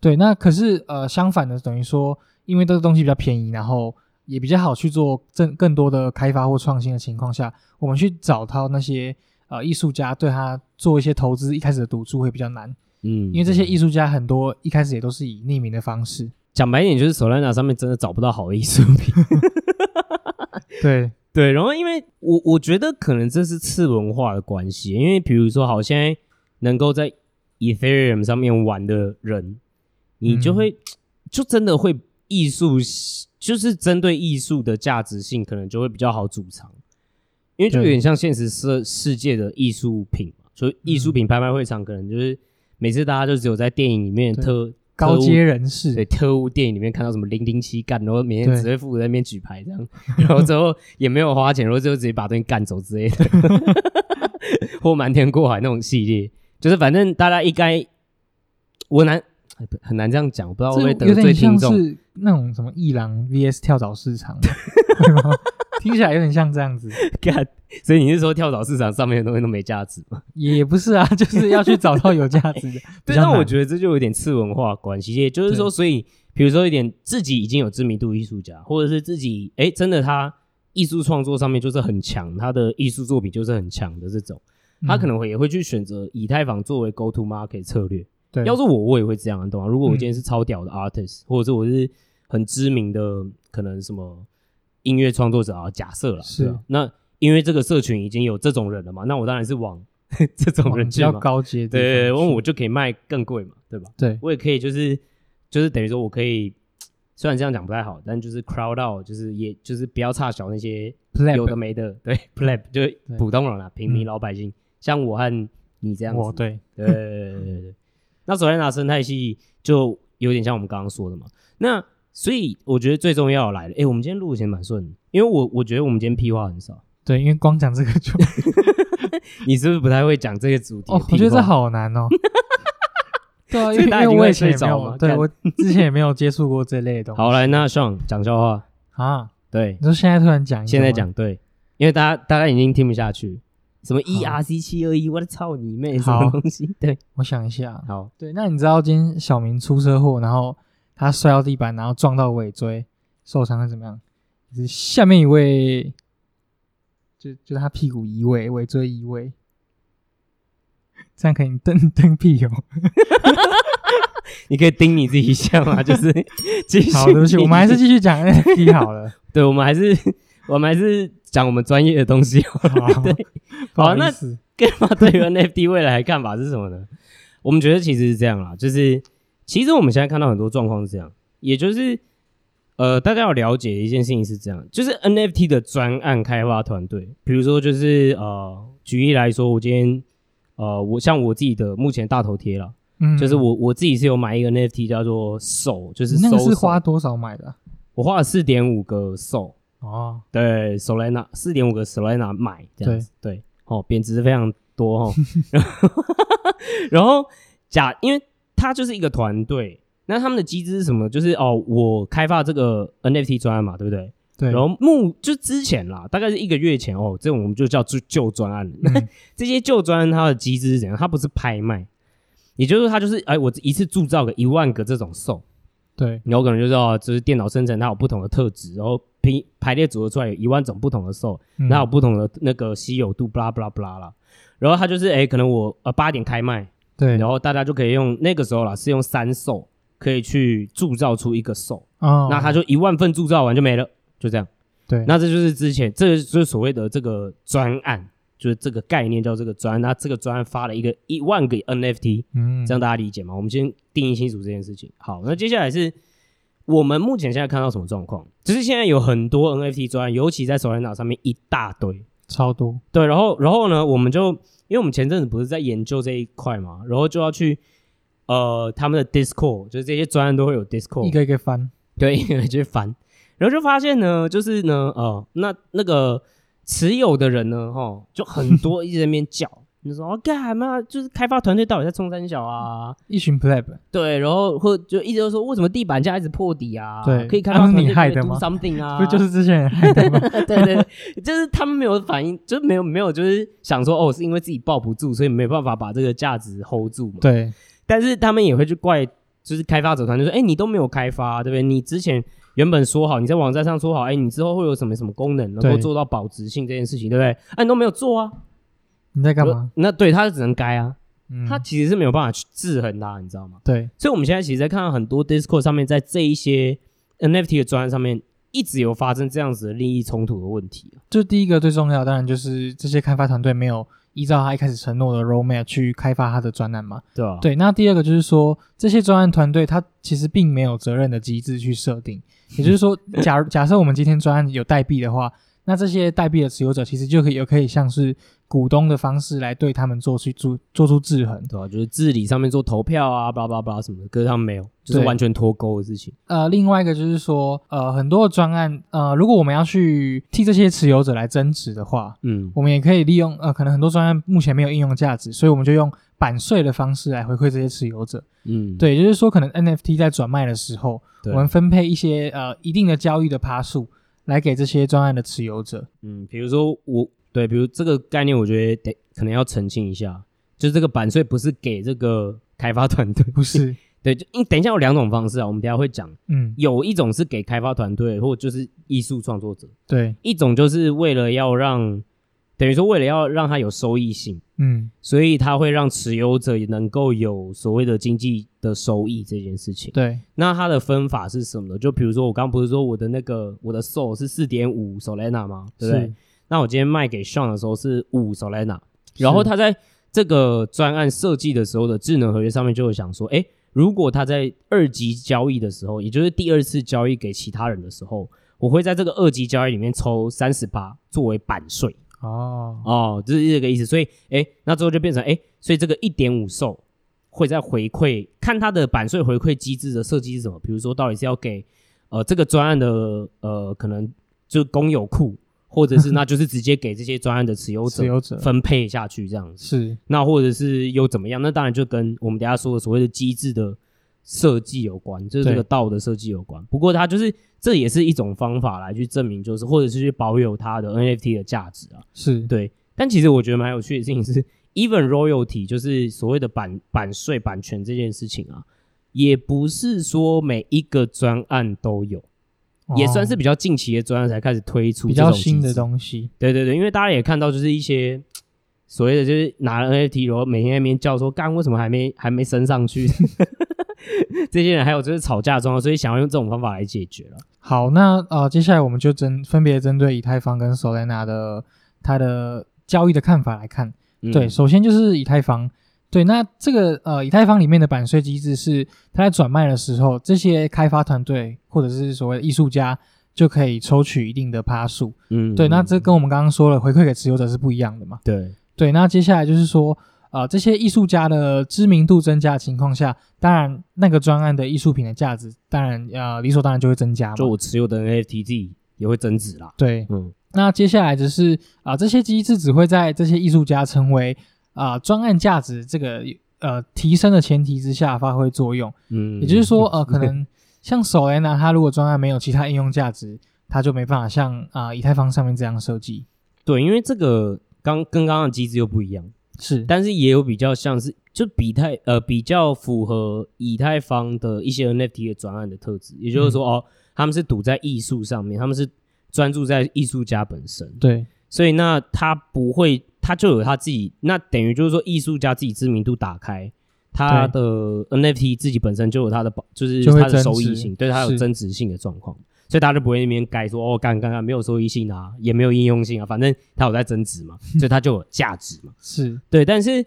[SPEAKER 2] 对，那可是呃相反的，等于说，因为这个东西比较便宜，然后也比较好去做更更多的开发或创新的情况下，我们去找到那些呃艺术家对他做一些投资，一开始的赌注会比较难。
[SPEAKER 1] 嗯，
[SPEAKER 2] 因为这些艺术家很多一开始也都是以匿名的
[SPEAKER 1] [LAUGHS]
[SPEAKER 2] 方式。
[SPEAKER 1] 讲白一点，就是 Solana 上面真的找不到好的艺术品。
[SPEAKER 2] 对，
[SPEAKER 1] 对，然后因为我我觉得可能这是次文化的关系，因为比如说好，现在能够在 Ethereum 上面玩的人，你
[SPEAKER 2] 嗯
[SPEAKER 1] 就会、就真的会艺术，就是针对艺术的价值性，可能就会比较好主张，因为就有
[SPEAKER 2] 对
[SPEAKER 1] 点像现实世世界的艺术品嘛，所以
[SPEAKER 2] 嗯
[SPEAKER 1] 艺术品拍卖会场可能就是每次大家就只有在电影里面
[SPEAKER 2] 对
[SPEAKER 1] 特
[SPEAKER 2] 高
[SPEAKER 1] 阶。
[SPEAKER 2] 阶人
[SPEAKER 1] 对
[SPEAKER 2] 士，
[SPEAKER 1] 特务电影里面看到什么零零七干，然后每天
[SPEAKER 2] 嗯对
[SPEAKER 1] 只会负责在那边举牌这样， [LAUGHS] 然后最后也没有花钱，然后最后直接把东西干走之类的， [LAUGHS] 或瞒天过海那种系列，就是反正大家应该我难哎不很难这样讲，我不知道会不会
[SPEAKER 2] 这
[SPEAKER 1] 得
[SPEAKER 2] 有
[SPEAKER 1] 罪
[SPEAKER 2] 点
[SPEAKER 1] 听
[SPEAKER 2] 像
[SPEAKER 1] 众。 [LAUGHS]
[SPEAKER 2] 是那种什么艺廊 VS 跳蚤市场， [LAUGHS] 会吗听起来有点像这样子，
[SPEAKER 1] 干，所以你是说跳蚤市场上面的东西都没价值吗？
[SPEAKER 2] 也不是啊， [LAUGHS] 就是要去找到有价值
[SPEAKER 1] [LAUGHS]
[SPEAKER 2] 的。
[SPEAKER 1] 对，但我
[SPEAKER 2] 得
[SPEAKER 1] 觉得这就有点次文化关系，也就是说，
[SPEAKER 2] 对
[SPEAKER 1] 所以比如说一点自己已经有知名度艺术家，或者是自己哎真的他艺术创作上面就是很强，他的艺术作品就是很强的这种，
[SPEAKER 2] 嗯
[SPEAKER 1] 他可能会也会去选择以太坊作为 go to market 策略。
[SPEAKER 2] 对，
[SPEAKER 1] 要是我，我也会这样，你懂吗？如果我今天
[SPEAKER 2] 嗯
[SPEAKER 1] 是超屌的 artist，、或者是我是很知名的，可能什么音乐创作者啊，假设了，
[SPEAKER 2] 是
[SPEAKER 1] 对啊那因为这个社群已经有这种人了嘛，那我当然是往 [LAUGHS] 这种
[SPEAKER 2] 往
[SPEAKER 1] 人
[SPEAKER 2] 比
[SPEAKER 1] 去
[SPEAKER 2] 较
[SPEAKER 1] 嘛。
[SPEAKER 2] 高阶的地
[SPEAKER 1] 对
[SPEAKER 2] 方去，
[SPEAKER 1] 对，问我就可以卖更贵嘛，对吧？
[SPEAKER 2] 对
[SPEAKER 1] 我也可以就是就是等于说我可以，虽然这样讲不太好，但就是 crowd out，就是也就是不要差小那些
[SPEAKER 2] pleb 嗯
[SPEAKER 1] 有的没的，对 pleb 就是普通人啦，平民老百姓，像我和你这样子，
[SPEAKER 2] 我哦对
[SPEAKER 1] 对对对对对对。那首先拿生态系就有点像我们刚刚说的嘛，那所以我觉得最重要的来了，诶，我们今天录的前蛮顺的，因为我我觉得我们今天屁话很少，
[SPEAKER 2] 对，因为光讲这个
[SPEAKER 1] [LAUGHS]
[SPEAKER 2] 就
[SPEAKER 1] 你是不是不太会讲这个主题？
[SPEAKER 2] 哦，我觉得
[SPEAKER 1] 屁话
[SPEAKER 2] 这好
[SPEAKER 1] [LAUGHS]
[SPEAKER 2] 难哦。对啊，因
[SPEAKER 1] 这
[SPEAKER 2] 为
[SPEAKER 1] 大家已经
[SPEAKER 2] 因为我
[SPEAKER 1] 会
[SPEAKER 2] 以前
[SPEAKER 1] 睡
[SPEAKER 2] 也没
[SPEAKER 1] 着
[SPEAKER 2] 有，
[SPEAKER 1] 嘛
[SPEAKER 2] 对
[SPEAKER 1] 干
[SPEAKER 2] 我之前也没有接触过这类的东西。
[SPEAKER 1] 好来，那上讲笑话。
[SPEAKER 2] 啊，
[SPEAKER 1] 对，
[SPEAKER 2] 你说现在突然讲一个吗，
[SPEAKER 1] 现在讲对，因为大家大家已经听不下去，什么
[SPEAKER 2] 好
[SPEAKER 1] ERC 七二一，我的操你妹，什
[SPEAKER 2] 好
[SPEAKER 1] 么东西？ [LAUGHS] 对，
[SPEAKER 2] 我想一下，啊
[SPEAKER 1] 好，
[SPEAKER 2] 对，那你知道今天小明出车祸，然后他摔到地板，然后撞到尾椎，受伤是怎么样？就是下面一位，就就他屁股移位，尾椎移位，这样可以蹬蹬屁哦。
[SPEAKER 1] 你可以盯你自己一下
[SPEAKER 2] [LAUGHS]
[SPEAKER 1] 嘛，就是继续。
[SPEAKER 2] 好，对不起，我们还是继续
[SPEAKER 1] [LAUGHS]
[SPEAKER 2] 讲 NFT 好了。
[SPEAKER 1] 对，我们还是我们还是讲我们专业的东西。
[SPEAKER 2] 好，不
[SPEAKER 1] 好
[SPEAKER 2] 意
[SPEAKER 1] 那
[SPEAKER 2] 思
[SPEAKER 1] 干嘛对于 NFT 未来的看法是什么呢？我们觉得其实是这样啦，就是其实我们现在看到很多状况是这样，也就是呃，大家要了解一件事情是这样，就是 NFT 的专案开发团队，比如说就是呃，举例来说，我今天呃，我像我自己的目前大头贴了，
[SPEAKER 2] 嗯，
[SPEAKER 1] 就是我我自己是有买一个 NFT 叫做手，就是
[SPEAKER 2] 那个
[SPEAKER 1] 搜
[SPEAKER 2] 是
[SPEAKER 1] 手
[SPEAKER 2] 花多少买的啊？
[SPEAKER 1] 我花了四点五个手，
[SPEAKER 2] 哦，
[SPEAKER 1] 对，Solana 四点五个 Solana 买这样子，对，哦，贬值非常多哦。 [LAUGHS] 然后假，因为它就是一个团队，那他们的机制是什么？就是哦，我开发这个 NFT 专案嘛，对不对？
[SPEAKER 2] 对，
[SPEAKER 1] 然后目就之前啦，大概是一个月前哦，这种我们就叫旧旧专案了。 [LAUGHS]
[SPEAKER 2] 嗯
[SPEAKER 1] 这些旧专案它的机制是怎样？它不是拍卖，也就是说它就是哎，我一次铸造个一万个这种售，
[SPEAKER 2] 对，
[SPEAKER 1] 有可能就是哦，就是电脑生成它有不同的特质，然后拼排列组合出来有一万种不同的兽，
[SPEAKER 2] 嗯
[SPEAKER 1] 然后有不同的 [LAUGHS] 那个稀有度，b l a 拉 b l a b l a 啦。然后它就是哎，可能我呃八点开卖，
[SPEAKER 2] 对，
[SPEAKER 1] 然后大家就可以用那个时候啦，是用三兽可以去铸造出一个兽，
[SPEAKER 2] 哦，
[SPEAKER 1] 那它就一万份铸造完就没了，就这样。
[SPEAKER 2] 对，
[SPEAKER 1] 那这就是之前，这个就是所谓的这个专案，就是这个概念叫这个专案。那这个专案发了一个一万个 NFT，
[SPEAKER 2] 嗯
[SPEAKER 1] 这样大家理解吗？我们先定义清楚这件事情。好，那接下来是我们目前现在看到什么状况？就是现在有很多 NFT 专案，尤其在 Solana 上面一大堆。
[SPEAKER 2] 超多，
[SPEAKER 1] 对，然后然后呢，我们就因为我们前阵子不是在研究这一块嘛，然后就要去呃他们的 Discord，就是这些专案都会有 Discord，
[SPEAKER 2] 一个一个翻，
[SPEAKER 1] 对， [LAUGHS] 因为去翻，然后就发现呢，就是呢，呃，那那个持有的人呢，哈，就很多
[SPEAKER 2] [LAUGHS]
[SPEAKER 1] 一直在那边叫，你说哦干嘛？就是开发团队到底在冲三小啊？
[SPEAKER 2] 一群 pleb，
[SPEAKER 1] 对，然后或就一直都说为什么地板价一直破底啊？
[SPEAKER 2] 对
[SPEAKER 1] 可以开
[SPEAKER 2] 啊
[SPEAKER 1] 发
[SPEAKER 2] 是
[SPEAKER 1] 团
[SPEAKER 2] 你
[SPEAKER 1] 队
[SPEAKER 2] 害
[SPEAKER 1] 可以
[SPEAKER 2] 的
[SPEAKER 1] do
[SPEAKER 2] 吗
[SPEAKER 1] something 啊？
[SPEAKER 2] [LAUGHS]
[SPEAKER 1] 呃
[SPEAKER 2] 不就是之前人
[SPEAKER 1] [LAUGHS]
[SPEAKER 2] 害的吗？
[SPEAKER 1] 对对，对就是他们没有反应，就是没有没有，就是想说哦，是因为自己抱不住，所以没办法把这个价值 hold 住嘛。
[SPEAKER 2] 对，
[SPEAKER 1] 但是他们也会去怪，就是开发者团队说，哎、你都没有开发、对不对？你之前原本说好，你在网站上说好，哎、你之后会有什么什么功能能够
[SPEAKER 2] 对
[SPEAKER 1] 做到保值性这件事情，对不对？哎、你都没有做啊，
[SPEAKER 2] 你在干嘛？
[SPEAKER 1] 那对，他只能该啊，
[SPEAKER 2] 嗯，
[SPEAKER 1] 他其实是没有办法去制衡它，你知道吗？
[SPEAKER 2] 对
[SPEAKER 1] 所以我们现在其实在看到很多 Discord 上面，在这一些 NFT 的专案上面，一直有发生这样子的利益冲突的问题啊。
[SPEAKER 2] 就第一个最重要，当然就是这些开发团队没有依照他一开始承诺的 roadmap 去开发他的专案嘛。
[SPEAKER 1] 对啊，
[SPEAKER 2] 对，那第二个就是说，这些专案团队他其实并没有责任的机制去设
[SPEAKER 1] [LAUGHS]
[SPEAKER 2] 定，也就是说，假如假设我们今天专案有代币的话，那这些代币的持有者其实就可以有可以像是股东的方式来对他们做去做做出制衡。
[SPEAKER 1] 对啊，就是治理上面做投票啊，巴拉巴拉巴拉什么的，可是他们没有，就是
[SPEAKER 2] 对
[SPEAKER 1] 完全脱钩的事情。
[SPEAKER 2] 呃，另外一个就是说，呃，很多的专案，呃，如果我们要去替这些持有者来争执的话，
[SPEAKER 1] 嗯，
[SPEAKER 2] 我们也可以利用呃，可能很多专案目前没有应用价值，所以我们就用版税的方式来回馈这些持有者。
[SPEAKER 1] 嗯，
[SPEAKER 2] 对，也就是说，可能 NFT 在转卖的时候，
[SPEAKER 1] 对，
[SPEAKER 2] 我们分配一些呃一定的交易的趴数来给这些专案的持有者。
[SPEAKER 1] 嗯，比如说我对，比如这个概念，我觉得得可能要澄清一下，就是这个版税不是给这个开发团队， [LAUGHS]
[SPEAKER 2] 不是，
[SPEAKER 1] 对，就因等一下有两种方式啊，我们等一下会讲，
[SPEAKER 2] [LAUGHS] 嗯，
[SPEAKER 1] 有一种是给开发团队或就是艺术创作者，
[SPEAKER 2] 对，
[SPEAKER 1] 一种就是为了要让，等于说为了要让它有收益性，
[SPEAKER 2] 嗯，
[SPEAKER 1] 所以它会让持有者也能够有所谓的经济的收益这件事情。
[SPEAKER 2] 对，
[SPEAKER 1] 那它的分法是什么呢？就比如说我刚不是说我的那个我的 Soul 是四点五 Solana 吗？对不对
[SPEAKER 2] 是？，
[SPEAKER 1] 那我今天卖给 Sean 的时候是五 Solana，然后他在这个专案设计的时候的智能合约上面就有想说，诶，如果他在二级交易的时候，也就是第二次交易给其他人的时候，我会在这个二级交易里面抽三十八作为版税
[SPEAKER 2] 哦，
[SPEAKER 1] 哦，这是这个意思。所以，诶，那最后就变成，诶，所以这个一点五售会在回馈，看它的版税回馈机制的设计是什么，比如说到底是要给呃这个专案的呃可能就是公有库，或
[SPEAKER 2] [LAUGHS]
[SPEAKER 1] 者是那就是直接给这些专案的持有者
[SPEAKER 2] 持有者
[SPEAKER 1] 分配下去这样子，
[SPEAKER 2] 是，
[SPEAKER 1] 那或者是又怎么样？那当然就跟我们等一下说的所谓的机制的设计有关，就是这个
[SPEAKER 2] 对
[SPEAKER 1] 道的设计有关。不过它就是这也是一种方法来去证明，就是或者是去保有它的 NFT 的价值啊。
[SPEAKER 2] 是，
[SPEAKER 1] 对，但其实我觉得蛮有趣的事情是，even royalty 就是所谓的版版税、版权这件事情啊，也不是说每一个专案都有，也算是
[SPEAKER 2] 哦
[SPEAKER 1] 比较近期的专案才开始推出
[SPEAKER 2] 比
[SPEAKER 1] 这
[SPEAKER 2] 较
[SPEAKER 1] 种
[SPEAKER 2] 新
[SPEAKER 1] 机
[SPEAKER 2] 的
[SPEAKER 1] 制
[SPEAKER 2] 东西。
[SPEAKER 1] 对对对，因为大家也看到，就是一些所谓的就是拿了 NFT，然后每天在那边叫说干为什么还没还没升上去， [LAUGHS] 这些人还有就是吵架的状况，所以想要用这种方法来解决了。
[SPEAKER 2] 好，那呃，接下来我们就针分别针对以太坊跟 Solana 的它的交易的看法来看。
[SPEAKER 1] 嗯
[SPEAKER 2] 对，首先就是以太坊对，那这个呃，以太坊里面的版税机制是，它在转卖的时候，这些开发团队或者是所谓的艺术家就可以抽取一定的趴数。
[SPEAKER 1] 嗯，
[SPEAKER 2] 对，那
[SPEAKER 1] 嗯
[SPEAKER 2] 这嗯跟我们刚刚说了回馈给持有者是不一样的嘛？
[SPEAKER 1] 对，
[SPEAKER 2] 对，那接下来就是说，呃，这些艺术家的知名度增加的情况下，当然那个专案的艺术品的价值，当然呃理所当然就会增加嘛。
[SPEAKER 1] 就我持有的 NFT 自己也会增值啦。
[SPEAKER 2] 对，
[SPEAKER 1] 嗯，
[SPEAKER 2] 那接下来只是啊、这些机制只会在这些艺术家成为啊专、案价值这个呃提升的前提之下发挥作用。
[SPEAKER 1] 嗯，
[SPEAKER 2] 也就是说，呃，可能像手雷呢，它如果专案没有其他应用价值，它就没办法像啊、以太坊上面这样设计。
[SPEAKER 1] 对，因为这个刚跟刚刚的机制又不一样，
[SPEAKER 2] 是，
[SPEAKER 1] 但是也有比较像是就比太呃比较符合以太坊的一些 NFT 的专案的特质，也就是
[SPEAKER 2] 嗯
[SPEAKER 1] 说、哦，他们是赌在艺术上面，他们是专注在艺术家本身，
[SPEAKER 2] 对，
[SPEAKER 1] 所以那他不会，他就有他自己，那等于就是说艺术家自己知名度打开，他的 NFT 自己本身就有他的保，就是
[SPEAKER 2] 就会
[SPEAKER 1] 他的
[SPEAKER 2] 增
[SPEAKER 1] 收益
[SPEAKER 2] 值
[SPEAKER 1] 性，对他有
[SPEAKER 2] 是
[SPEAKER 1] 增值性的状况，所以大家就不会那边改说哦，干干干没有收益性啊，也没有应用性啊，反正它有在增值
[SPEAKER 2] [LAUGHS]
[SPEAKER 1] 嘛，所以它就有价值嘛，
[SPEAKER 2] 是，
[SPEAKER 1] 对，但是。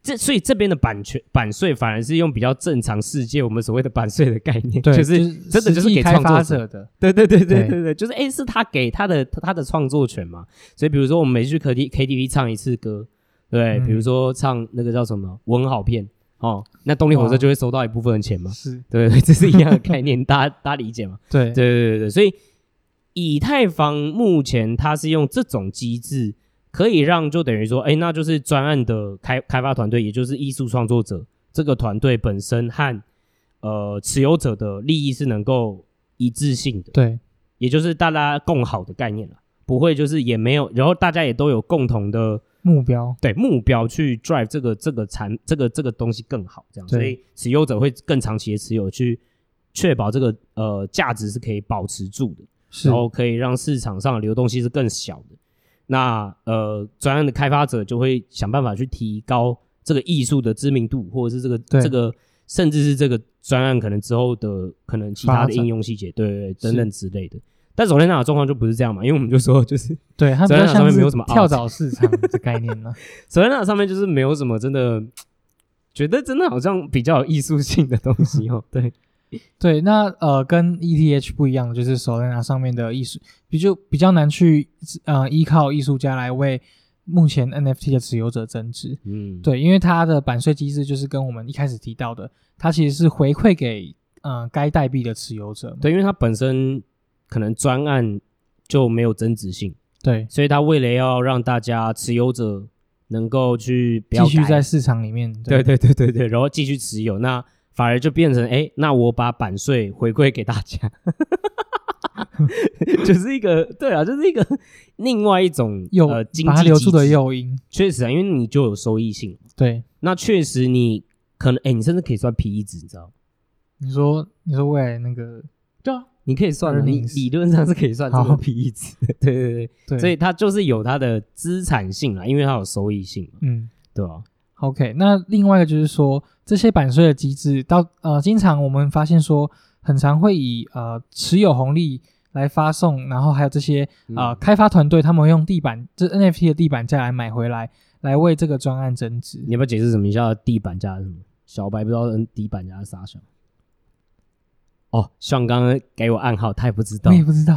[SPEAKER 1] 这所以这边的版权版税反而是用比较正常世界我们所谓的版税的概念，
[SPEAKER 2] 对，
[SPEAKER 1] 就是真的就是
[SPEAKER 2] 实际
[SPEAKER 1] 给
[SPEAKER 2] 开
[SPEAKER 1] 创作
[SPEAKER 2] 发
[SPEAKER 1] 者
[SPEAKER 2] 者的，
[SPEAKER 1] [LAUGHS] 对对对对
[SPEAKER 2] 对
[SPEAKER 1] 对对，就是哎、诶是他给他的他的创作权嘛。所以比如说我们每次去 K T K T V 唱一次歌，对，
[SPEAKER 2] 嗯
[SPEAKER 1] 比如说唱那个叫什么《文好片》哦，那动力火车
[SPEAKER 2] 哇
[SPEAKER 1] 就会收到一部分的钱嘛。
[SPEAKER 2] 是
[SPEAKER 1] 对 [LAUGHS] 对，对这是一样的概念，大家大家理解嘛？
[SPEAKER 2] 对
[SPEAKER 1] 对对对对，所以以太坊目前它是用这种机制，可以让就等于说，哎、那就是专案的开开发团队，也就是艺术创作者这个团队本身和呃持有者的利益是能够一致性的。
[SPEAKER 2] 对
[SPEAKER 1] 也就是大家共好的概念了，不会就是也没有，然后大家也都有共同的
[SPEAKER 2] 目标，
[SPEAKER 1] 对目标去 drive 这个这个产这个这个东西更好，这样，
[SPEAKER 2] 对
[SPEAKER 1] 所以持有者会更长期的持有，去确保这个呃价值是可以保持住的，
[SPEAKER 2] 是
[SPEAKER 1] 然后可以让市场上的流动性是更小的。那呃，专案的开发者就会想办法去提高这个艺术的知名度，或者是这个
[SPEAKER 2] 对
[SPEAKER 1] 这个，甚至是这个专案可能之后的可能其他
[SPEAKER 2] 发
[SPEAKER 1] 的
[SPEAKER 2] 展
[SPEAKER 1] 应用细节，对对对等等之类的。但首先那的状况就不是这样嘛，因为我们就说就是
[SPEAKER 2] 对，它比
[SPEAKER 1] 虽
[SPEAKER 2] 较
[SPEAKER 1] 然上
[SPEAKER 2] 像
[SPEAKER 1] 面
[SPEAKER 2] 是
[SPEAKER 1] 没有什么
[SPEAKER 2] 跳
[SPEAKER 1] out
[SPEAKER 2] 蚤市场的概念呢。
[SPEAKER 1] 首先那上面就是没有什么真的。觉得真的好像比较有艺术性的东西哦，对，
[SPEAKER 2] [LAUGHS] 对，那呃，跟 ETH 不一样，的就是 Solana 上面的艺术，比就比较难去呃依靠艺术家来为目前 NFT 的持有者增值。
[SPEAKER 1] 嗯，
[SPEAKER 2] 对，因为它的版税机制就是跟我们一开始提到的，它其实是回馈给呃该代币的持有者嘛。
[SPEAKER 1] 对，因为它本身可能专案就没有增值性，
[SPEAKER 2] 对，
[SPEAKER 1] 所以他为了要让大家持有者能够去不要
[SPEAKER 2] 继续
[SPEAKER 1] 改
[SPEAKER 2] 在市场里面。
[SPEAKER 1] 对对对对对，然后继续持有，那反而就变成哎，诶那我把版税回馈给大家， [LAUGHS] 就是一个对啊，就是一个另外一种
[SPEAKER 2] 诱
[SPEAKER 1] 呃经
[SPEAKER 2] 把它
[SPEAKER 1] 济
[SPEAKER 2] 留住
[SPEAKER 1] 机
[SPEAKER 2] 的
[SPEAKER 1] 制
[SPEAKER 2] 诱因。
[SPEAKER 1] 确实啊，因为你就有收益性，
[SPEAKER 2] 对，
[SPEAKER 1] 那确实你可能哎，诶你甚至可以算 PE 值，你知道吗？
[SPEAKER 2] 你说你说未来那个对啊，
[SPEAKER 1] 你可以算啊，你
[SPEAKER 2] Earnings
[SPEAKER 1] 理论上是可以算这个
[SPEAKER 2] 好
[SPEAKER 1] PE 值的，对对对，
[SPEAKER 2] 对，
[SPEAKER 1] 所以它就是有它的资产性啊啦，因为它有收益性嘛，
[SPEAKER 2] 嗯。
[SPEAKER 1] 对吧、
[SPEAKER 2] OK，那另外一个就是说，这些版税的机制到呃，经常我们发现说，很常会以呃持有红利来发送，然后还有这些呃、
[SPEAKER 1] 嗯
[SPEAKER 2] 开发团队他们会用地板这 NFT 的地板价来买回来，来为这个专案增值。
[SPEAKER 1] 你要不要解释什么一下地板价是什么？小白不知道嗯地板价是啥小。哦，像刚刚给我暗号，他也不知道
[SPEAKER 2] 我，也不
[SPEAKER 1] [LAUGHS]
[SPEAKER 2] 知道，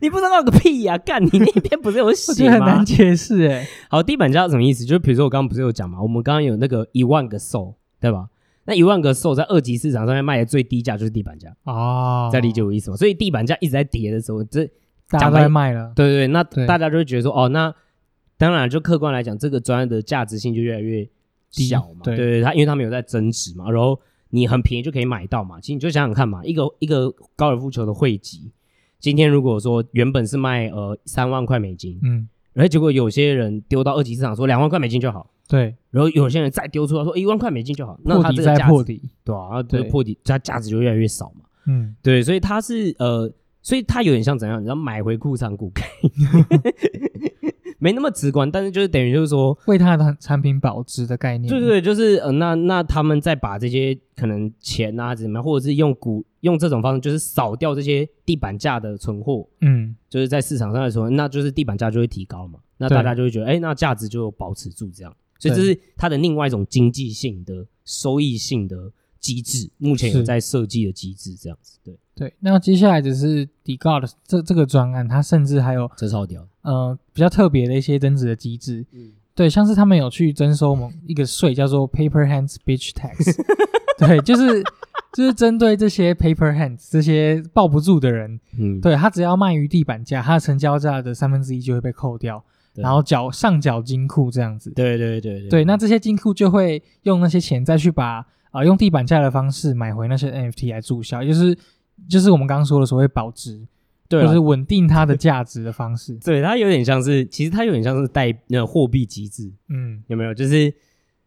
[SPEAKER 1] 你不知道个屁呀、干你那边不是有
[SPEAKER 2] 我觉得
[SPEAKER 1] 写
[SPEAKER 2] 很难
[SPEAKER 1] 吗？
[SPEAKER 2] 解释哎、
[SPEAKER 1] 好，地板价是什么意思？就是比如说我刚刚不是有讲嘛，我们刚刚有那个一万个 soul，对吧？那一万个 soul 在二级市场上面卖的最低价就是地板价，
[SPEAKER 2] 哦，
[SPEAKER 1] 在理解我意思吗？所以地板价一直在跌的时候，这
[SPEAKER 2] 大家
[SPEAKER 1] 讲
[SPEAKER 2] 都
[SPEAKER 1] 白
[SPEAKER 2] 在卖了，
[SPEAKER 1] 对对，对那
[SPEAKER 2] 对
[SPEAKER 1] 大家就会觉得说，哦，那当然就客观来讲，这个专案的价值性就越来越小嘛。
[SPEAKER 2] 低
[SPEAKER 1] 对
[SPEAKER 2] 对
[SPEAKER 1] 对，它因为它没有在增值嘛，然后你很便宜就可以买到嘛。其实你就想想看嘛，一个一个高尔夫球的汇集，今天如果说原本是卖呃三万块美金，
[SPEAKER 2] 嗯，
[SPEAKER 1] 然后结果有些人丢到二级市场说两万块美金就好，
[SPEAKER 2] 对，
[SPEAKER 1] 然后有些人再丢出来说一万块美金就好，那
[SPEAKER 2] 破
[SPEAKER 1] 它
[SPEAKER 2] 底
[SPEAKER 1] 这个
[SPEAKER 2] 再
[SPEAKER 1] 价
[SPEAKER 2] 破
[SPEAKER 1] 值
[SPEAKER 2] 底，
[SPEAKER 1] 对啊，对
[SPEAKER 2] 对
[SPEAKER 1] 破底它价值就越来越少嘛。
[SPEAKER 2] 嗯，
[SPEAKER 1] 对，所以它是呃，所以它有点像怎样？你知道买回库藏股概念， [LAUGHS] 没那么直观，但是就是等于就是说，
[SPEAKER 2] 为它的产品保值的概念，
[SPEAKER 1] 对对，对，就是呃，那那他们再把这些可能钱啊怎么样，或者是用股用这种方式，就是扫掉这些地板价的存货，
[SPEAKER 2] 嗯，
[SPEAKER 1] 就是在市场上的存货，那就是地板价就会提高嘛，那
[SPEAKER 2] 对
[SPEAKER 1] 大家就会觉得，哎，那价值就保持住这样。所以这
[SPEAKER 2] 对
[SPEAKER 1] 是它的另外一种经济性的收益性的机制，目前有
[SPEAKER 2] 是
[SPEAKER 1] 在设计的机制这样子，对，
[SPEAKER 2] 对，那接下来只是 d e g o d 这这个专案，它甚至还有
[SPEAKER 1] 这超屌，
[SPEAKER 2] 呃比较特别的一些增值的机制。
[SPEAKER 1] 嗯
[SPEAKER 2] 对，像是他们有去征收某一个税，叫做 Paper Hands Beach Tax。对， [LAUGHS] 就是就是针对这些 Paper Hands 这些抱不住的人，
[SPEAKER 1] 嗯，
[SPEAKER 2] 对他只要卖于地板价，他的成交价的三分之一就会被扣掉，
[SPEAKER 1] 对
[SPEAKER 2] 然后缴上缴金库这样子。
[SPEAKER 1] 对对对对
[SPEAKER 2] 对，那这些金库就会用那些钱再去把啊、呃用地板价的方式买回那些 NFT 来注销，也就是就是我们刚刚说的所谓保值，
[SPEAKER 1] 对
[SPEAKER 2] 就
[SPEAKER 1] 啊。
[SPEAKER 2] 是稳定它的价值的方式
[SPEAKER 1] 对它有点像是，其实它有点像是代那货币机制，
[SPEAKER 2] 嗯，
[SPEAKER 1] 有没有？就是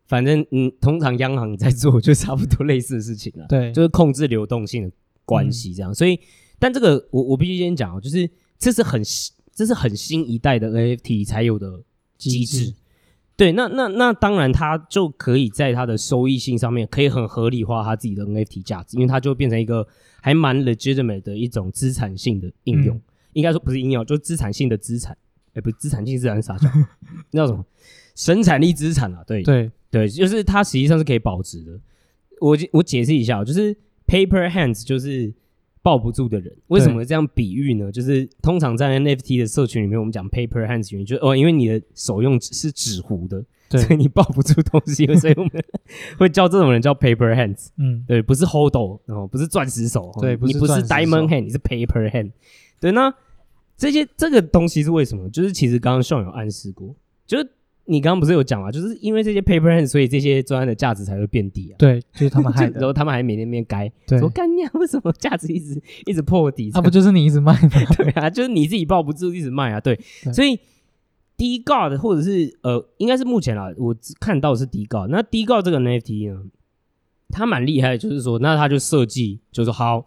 [SPEAKER 1] 反正嗯，通常央行在做就差不多类似的事情啊了，
[SPEAKER 2] 对，嗯
[SPEAKER 1] 就是控制流动性的关系这样。所以，但这个我我必须先讲哦，就是这是很新这是很新一代的 NFT 才有的机
[SPEAKER 2] 机
[SPEAKER 1] 制
[SPEAKER 2] 制。
[SPEAKER 1] 对，那那那当然，它就可以在它的收益性上面，可以很合理化它自己的 NFT 价值，因为它就变成一个还蛮 legitimate 的一种资产性的应用。
[SPEAKER 2] 嗯
[SPEAKER 1] 应该说不是应用，就是资产性的资产，哎、不是资产性资产是啥叫？ [LAUGHS] 那叫什么？生产力资产啊，对
[SPEAKER 2] 对，
[SPEAKER 1] 对，就是它实际上是可以保值的。我解我解释一下哦，就是 paper hands 就是抱不住的人。为什么这样比喻呢？就是通常在 NFT 的社群里面，我们讲 paper hands 原因就是哦，因为你的手用纸是纸糊的，
[SPEAKER 2] 对
[SPEAKER 1] 所以你抱不住东西，所以我们 [LAUGHS] 会叫这种人叫 paper hands。
[SPEAKER 2] 嗯，
[SPEAKER 1] 对，不是 hold 哦，不是钻石手，哦
[SPEAKER 2] 对不
[SPEAKER 1] 你
[SPEAKER 2] 是
[SPEAKER 1] 不是
[SPEAKER 2] 钻石手
[SPEAKER 1] diamond hand，你是 paper hand。对，那这些这个东西是为什么？就是其实刚刚 Sean 有暗示过，就是你刚刚不是有讲嘛，就是因为这些 paper hand，所以这些专案的价值才会变低啊。
[SPEAKER 2] 对，就是他们害
[SPEAKER 1] [LAUGHS] 然后
[SPEAKER 2] 的。
[SPEAKER 1] 他们还每天面该
[SPEAKER 2] 对，
[SPEAKER 1] 说干呀，为什么价值一直一直破底？
[SPEAKER 2] 那、不就是你一直卖吗？
[SPEAKER 1] [LAUGHS] 对啊，就是你自己抱不住，一直卖啊，对，
[SPEAKER 2] 对
[SPEAKER 1] 所以 D God 或者是呃，应该是目前啦，我只看到的是 D God。那 D God 这个 NFT 呢，它蛮厉害的，就是说，那它就设计，就是说好，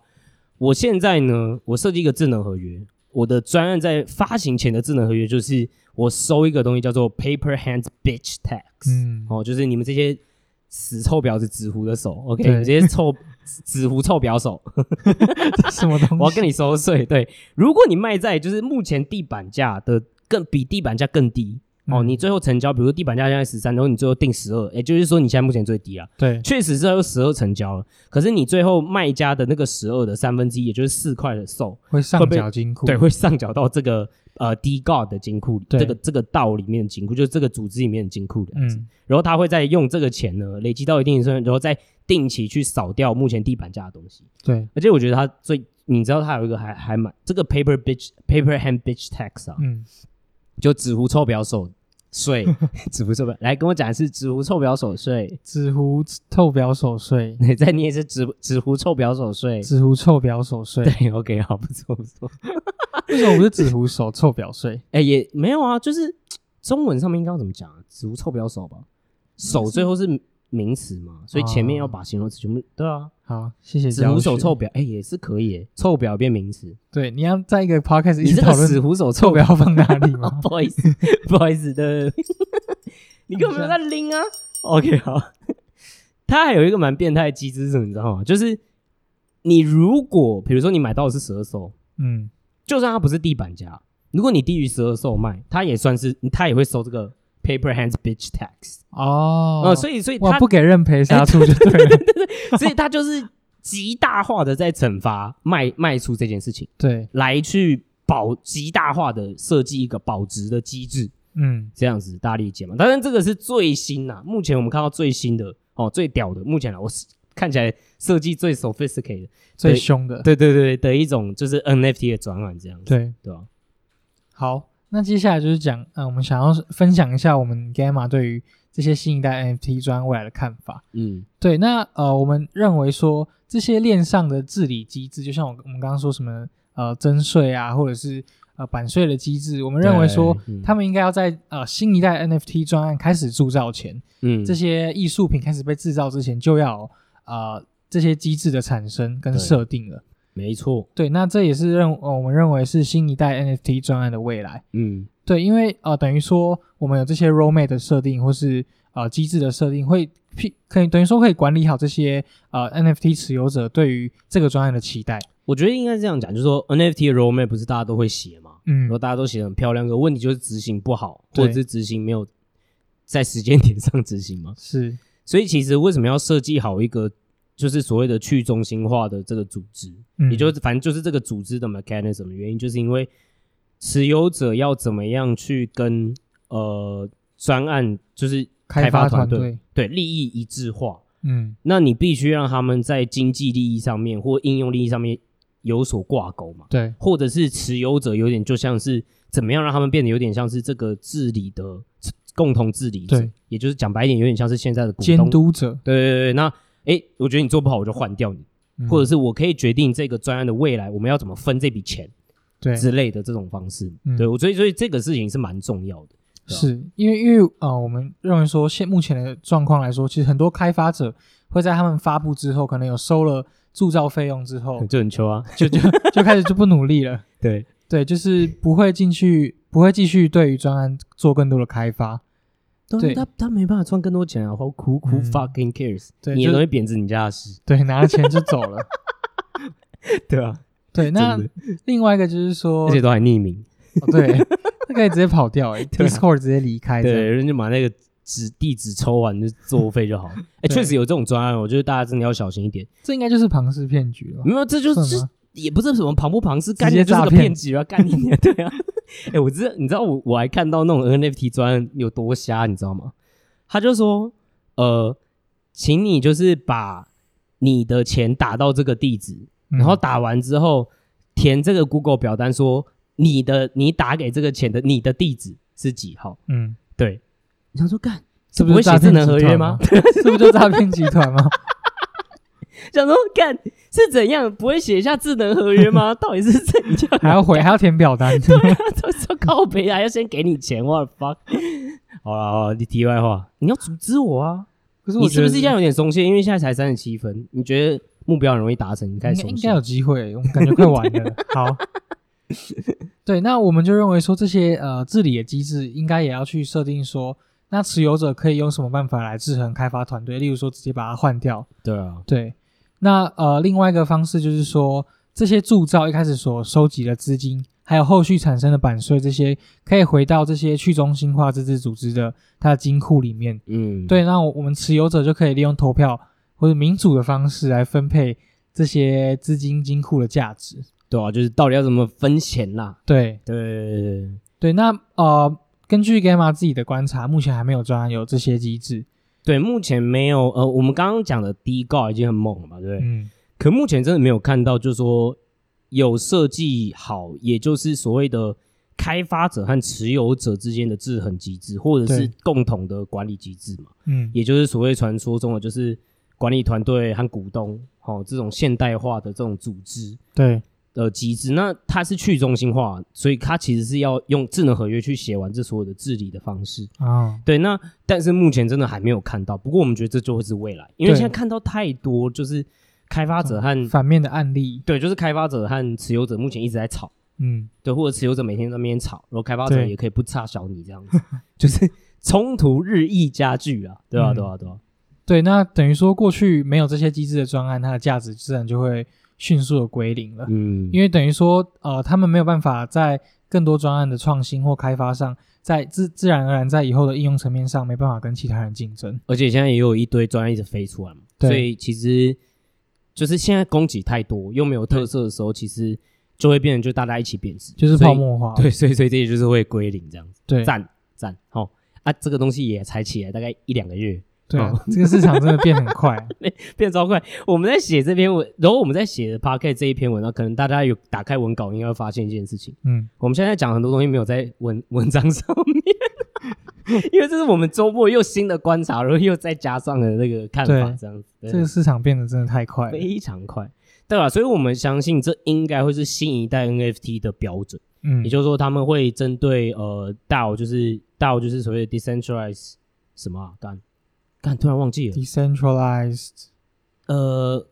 [SPEAKER 1] 我现在呢，我设计一个智能合约，我的专案在发行前的智能合约就是我收一个东西叫做 Paper Hands Bitch Tax，、
[SPEAKER 2] 嗯，
[SPEAKER 1] 哦，就是你们这些死臭婊子纸糊的手，OK，
[SPEAKER 2] 对
[SPEAKER 1] 你这些臭 [LAUGHS] 纸糊臭婊手，
[SPEAKER 2] [LAUGHS] 什么东
[SPEAKER 1] 我要
[SPEAKER 2] 西？
[SPEAKER 1] 跟你收税。对，如果你卖在就是目前地板价的更比地板价更低哦，
[SPEAKER 2] 嗯
[SPEAKER 1] 你最后成交，比如说地板价现在十三，然后你最后定十二，也就是说你现在目前最低啊，
[SPEAKER 2] 对
[SPEAKER 1] 确实是后十二成交了。可是你最后卖家的那个十二的三分之一，也就是四块的售，
[SPEAKER 2] 会上
[SPEAKER 1] 会被
[SPEAKER 2] 缴金库。
[SPEAKER 1] 对，会上缴到这个呃低 god 的金库里，
[SPEAKER 2] 对
[SPEAKER 1] 这个这个道里面的金库，就是这个组织里面的金库的。嗯，
[SPEAKER 2] 嗯，
[SPEAKER 1] 然后他会再用这个钱呢，累积到一定的数量，然后再定期去扫掉目前地板价的东西。
[SPEAKER 2] 对，
[SPEAKER 1] 而且我觉得他最，你知道他有一个还还蛮这个 paper bitch paper hand bitch tax 啊，
[SPEAKER 2] 嗯，
[SPEAKER 1] 就纸糊臭表手 [LAUGHS] 税，纸糊臭表来跟我讲一次纸糊臭表手税， [LAUGHS]
[SPEAKER 2] 纸糊臭表手税，
[SPEAKER 1] 你再念一次纸纸糊臭表手税。
[SPEAKER 2] 纸糊臭表手税，
[SPEAKER 1] 对，OK，好，不错不错。
[SPEAKER 2] 为什么不是纸糊手臭表税？
[SPEAKER 1] 哎、也没有啊，就是中文上面应该要怎么讲啊？纸糊臭表手吧，手最后是名词嘛，所以前面要把形容词全部、对啊。
[SPEAKER 2] 好，谢谢
[SPEAKER 1] 纸
[SPEAKER 2] 教
[SPEAKER 1] 糊
[SPEAKER 2] 学。
[SPEAKER 1] 手臭表，哎、也是可以耶，臭表变名词。
[SPEAKER 2] 对，你要在一个 podcast
[SPEAKER 1] 你
[SPEAKER 2] 一直
[SPEAKER 1] 这个
[SPEAKER 2] 讨论
[SPEAKER 1] 死糊手臭
[SPEAKER 2] 臭
[SPEAKER 1] 表。
[SPEAKER 2] 表放哪里
[SPEAKER 1] 啊
[SPEAKER 2] 吗？
[SPEAKER 1] [LAUGHS] 不好意思，不好意思的，对 [LAUGHS] 你根本没有在拎啊。OK，好，它还有一个蛮变态的机制是什么，你知道吗？就是你如果比如说你买到的是十二售，
[SPEAKER 2] 嗯，
[SPEAKER 1] 就算它不是地板价，如果你低于十二售卖，它也算是它也会收这个 paper hands bitch tax。
[SPEAKER 2] 哦，
[SPEAKER 1] 呃，所以所以
[SPEAKER 2] 哇，
[SPEAKER 1] 它
[SPEAKER 2] 不给认赔杀出就对
[SPEAKER 1] [LAUGHS]
[SPEAKER 2] 了，
[SPEAKER 1] 所以它就是极大化的在惩罚卖卖出这件事情，
[SPEAKER 2] 对，
[SPEAKER 1] 来去保极大化的设计一个保值的机制。
[SPEAKER 2] 嗯，
[SPEAKER 1] 这样子大家理解嘛？当然这个是最新呐、目前我们看到最新的哦，最屌的，目前啊，我是看起来设计最 sophisticated，
[SPEAKER 2] 最凶的，
[SPEAKER 1] 对对对的一种就是 NFT 的转换这样子，
[SPEAKER 2] 对，
[SPEAKER 1] 对吧、
[SPEAKER 2] 好，那接下来就是讲，呃，我们想要分享一下我们 Gamma 对于这些新一代 NFT 专案未来的看法。
[SPEAKER 1] 嗯，
[SPEAKER 2] 对，那呃，我们认为说这些链上的治理机制，就像我我们刚刚说什么呃征税啊，或者是呃版税的机制，我们认为说
[SPEAKER 1] 对嗯
[SPEAKER 2] 他们应该要在呃新一代 NFT 专案开始铸造前，
[SPEAKER 1] 嗯，
[SPEAKER 2] 这些艺术品开始被制造之前，就要呃这些机制的产生跟
[SPEAKER 1] 对
[SPEAKER 2] 设定了。
[SPEAKER 1] 没错，
[SPEAKER 2] 对，那这也是认呃我们认为是新一代 NFT 专案的未来。
[SPEAKER 1] 嗯，
[SPEAKER 2] 对，因为呃，等于说我们有这些 roadmap 的设定，或是呃机制的设定，会批可以等于说可以管理好这些呃 NFT 持有者对于这个专案的期待。
[SPEAKER 1] 我觉得应该这样讲，就是说 NFT 的 roadmap 不是大家都会写嘛，
[SPEAKER 2] 嗯
[SPEAKER 1] 然后，大家都写的很漂亮，可问题就是执行不好，
[SPEAKER 2] 对
[SPEAKER 1] 或者是执行没有在时间点上执行吗？
[SPEAKER 2] 是
[SPEAKER 1] 所以其实为什么要设计好一个就是所谓的去中心化的这个组织？
[SPEAKER 2] 嗯
[SPEAKER 1] 也就是反正就是这个组织的 mechanism 的原因，就是因为持有者要怎么样去跟呃专案就是
[SPEAKER 2] 开
[SPEAKER 1] 发
[SPEAKER 2] 团
[SPEAKER 1] 队对利益一致化，
[SPEAKER 2] 嗯
[SPEAKER 1] 那你必须让他们在经济利益上面或应用利益上面有所挂钩嘛，
[SPEAKER 2] 对
[SPEAKER 1] 或者是持有者有点就像是怎么样让他们变得有点像是这个治理的共同治理者
[SPEAKER 2] 对，
[SPEAKER 1] 也就是讲白一点，有点像是现在的股
[SPEAKER 2] 监
[SPEAKER 1] 东
[SPEAKER 2] 督者，
[SPEAKER 1] 对对对，那诶，我觉得你做不好，我就换掉你，
[SPEAKER 2] 嗯
[SPEAKER 1] 或者是我可以决定这个专案的未来我们要怎么分这笔钱
[SPEAKER 2] 对
[SPEAKER 1] 之类的这种方式。
[SPEAKER 2] 嗯
[SPEAKER 1] 对，我所以所以这个事情是蛮重要的。对啊，
[SPEAKER 2] 是因为因为呃，我们认为说现目前的状况来说，其实很多开发者会在他们发布之后，可能有收了铸造费用之后
[SPEAKER 1] [LAUGHS] 就很秋啊，
[SPEAKER 2] 就就就开始就不努力了。
[SPEAKER 1] 对
[SPEAKER 2] 对，就是不会进去，不会继续对于专案做更多的开发。对
[SPEAKER 1] 啊他他没办法赚更多钱啊，好苦苦
[SPEAKER 2] 嗯
[SPEAKER 1] fucking cares，
[SPEAKER 2] 对
[SPEAKER 1] 你
[SPEAKER 2] 就
[SPEAKER 1] 也容易贬值你家的事，
[SPEAKER 2] 对，拿了钱就走了。
[SPEAKER 1] 对啊， [LAUGHS]
[SPEAKER 2] 对，那
[SPEAKER 1] 真的
[SPEAKER 2] 另外一个就是说
[SPEAKER 1] 而，且都还匿名，
[SPEAKER 2] 哦对，他可以直接跑掉、欸、
[SPEAKER 1] 对啊
[SPEAKER 2] ，Discord 直接离开这
[SPEAKER 1] 对，
[SPEAKER 2] 样。
[SPEAKER 1] 人家把那个纸地址抽完就作废就好。
[SPEAKER 2] [LAUGHS]
[SPEAKER 1] 哎，
[SPEAKER 2] 对
[SPEAKER 1] 确实有这种专案，我觉得大家真的要小心一点。
[SPEAKER 2] 这应该就是庞氏骗局了吧。
[SPEAKER 1] 没有，这就
[SPEAKER 2] 算
[SPEAKER 1] 是
[SPEAKER 2] 吗
[SPEAKER 1] 也不是什么庞不庞，是干
[SPEAKER 2] 直接
[SPEAKER 1] 你就是
[SPEAKER 2] 诈
[SPEAKER 1] 个
[SPEAKER 2] 骗
[SPEAKER 1] 骗局啊，干你娘！对 [LAUGHS] 啊，哎、我知道，你知道我我还看到那种 NFT 专案有多瞎，你知道吗？他就说，呃，请你就是把你的钱打到这个地址，
[SPEAKER 2] 嗯
[SPEAKER 1] 然后打完之后填这个 Google 表单说你的你打给这个钱的你的地址是几号？
[SPEAKER 2] 嗯，
[SPEAKER 1] 对，你想说干。这
[SPEAKER 2] 这不
[SPEAKER 1] 不会
[SPEAKER 2] 是诈
[SPEAKER 1] 写智
[SPEAKER 2] 骗
[SPEAKER 1] 能合
[SPEAKER 2] 集
[SPEAKER 1] 约
[SPEAKER 2] 团
[SPEAKER 1] 吗
[SPEAKER 2] 吗？？ [LAUGHS] 这不就诈骗集团吗？ [LAUGHS]
[SPEAKER 1] 想说干是怎样？不会写一下智能合约
[SPEAKER 2] [LAUGHS]
[SPEAKER 1] 吗？到底是怎样？
[SPEAKER 2] 还要回，还要填表
[SPEAKER 1] [LAUGHS]
[SPEAKER 2] 单。 [LAUGHS] 对，
[SPEAKER 1] 他说靠北啊，要先给你钱，我的 fuck。好了好了，你题外话，你要阻止我啊！
[SPEAKER 2] 可是我
[SPEAKER 1] 你是
[SPEAKER 2] 觉
[SPEAKER 1] 不
[SPEAKER 2] 得
[SPEAKER 1] 是现在有点松懈？因为现在才三十七分，你觉得目标很容易达成？你开始
[SPEAKER 2] 应该
[SPEAKER 1] 松
[SPEAKER 2] 应
[SPEAKER 1] 懈
[SPEAKER 2] 该有机会，我们感觉快完了。好，对，那我们就认为说这些呃治理的机制应该也要去设定说，那持有者可以用什么办法来制衡开发团队，例如说直接把它换掉。
[SPEAKER 1] 对啊，
[SPEAKER 2] 对，那呃另外一个方式就是说，这些铸造一开始所收集的资金，还有后续产生的版税，这些可以回到这些去中心化自治组织的它的金库里面。
[SPEAKER 1] 嗯，
[SPEAKER 2] 对，那我我们持有者就可以利用投票或者民主的方式来分配这些资金金库的价值。
[SPEAKER 1] 对啊，就是到底要怎么分钱啦？
[SPEAKER 2] 对
[SPEAKER 1] 对对对对
[SPEAKER 2] 对，那呃，根据 Gamma 自己的观察，目前还没有专案有这些机制。
[SPEAKER 1] 对，目前没有呃，我们刚刚讲的第一告已经很猛了嘛，对不对？
[SPEAKER 2] 嗯，
[SPEAKER 1] 可目前真的没有看到，就是说有设计好，也就是所谓的开发者和持有者之间的制衡机制，或者是
[SPEAKER 2] 对
[SPEAKER 1] 共同的管理机制嘛，
[SPEAKER 2] 嗯，
[SPEAKER 1] 也就是所谓传说中的就是管理团队和股东，哦，这种现代化的这种组织
[SPEAKER 2] 对，
[SPEAKER 1] 的机制。那它是去中心化，所以它其实是要用智能合约去写完这所有的治理的方式。
[SPEAKER 2] 啊，
[SPEAKER 1] 对，那但是目前真的还没有看到，不过我们觉得这就会是未来，因为
[SPEAKER 2] 对嗯
[SPEAKER 1] 现在看到太多就是开发者和
[SPEAKER 2] 反面的案例，
[SPEAKER 1] 对，就是开发者和持有者目前一直在吵，
[SPEAKER 2] 嗯，
[SPEAKER 1] 对，或者持有者每天在那边吵，然后开发者
[SPEAKER 2] 对
[SPEAKER 1] 也可以不差小你这样子， [LAUGHS] 就是冲突日益加剧啊，对啊，
[SPEAKER 2] 嗯
[SPEAKER 1] 对啊，对啊，
[SPEAKER 2] 对，那等于说过去没有这些机制的专案，它的价值自然就会迅速的归零了。
[SPEAKER 1] 嗯，
[SPEAKER 2] 因为等于说，呃，他们没有办法在更多专案的创新或开发上，在自自然而然在以后的应用层面上没办法跟其他人竞争。
[SPEAKER 1] 而且现在也有一堆专案一直飞出来嘛，
[SPEAKER 2] 对
[SPEAKER 1] 所以其实就是现在供给太多又没有特色的时候，其实就会变成就大家一起贬值，
[SPEAKER 2] 就是
[SPEAKER 1] 所以
[SPEAKER 2] 泡。沫化。
[SPEAKER 1] [LAUGHS] 对，所以所以这也就是会归零这样子，
[SPEAKER 2] 对
[SPEAKER 1] 赞赞，好啊，这个东西也才起来大概一两个月，
[SPEAKER 2] 对啊
[SPEAKER 1] 哦，
[SPEAKER 2] 这个市场真的变很快啊。
[SPEAKER 1] 变超快。我们在写这篇文，然后我们在写 p o c a s t 这一篇文章，可能大家有打开文稿，应该会发现一件事情：
[SPEAKER 2] 嗯，
[SPEAKER 1] 我们现在讲很多东西没有在文 [LAUGHS] 文章上面，因为这是我们周末又新的观察，然后又再加上了那个看法，
[SPEAKER 2] 对
[SPEAKER 1] 这样子， [LAUGHS] 对
[SPEAKER 2] 这个市场变得真的太快了。
[SPEAKER 1] 非常快，对啊吧？所以我们相信这应该会是新一代 NFT 的标准，
[SPEAKER 2] 嗯
[SPEAKER 1] 也，就是说他们会针对呃 DAO，就是 DAO 就是所谓的 decentralized 什么啊？干干，突然忘
[SPEAKER 2] 嗯
[SPEAKER 1] 记了，
[SPEAKER 2] decentralized
[SPEAKER 1] 呃。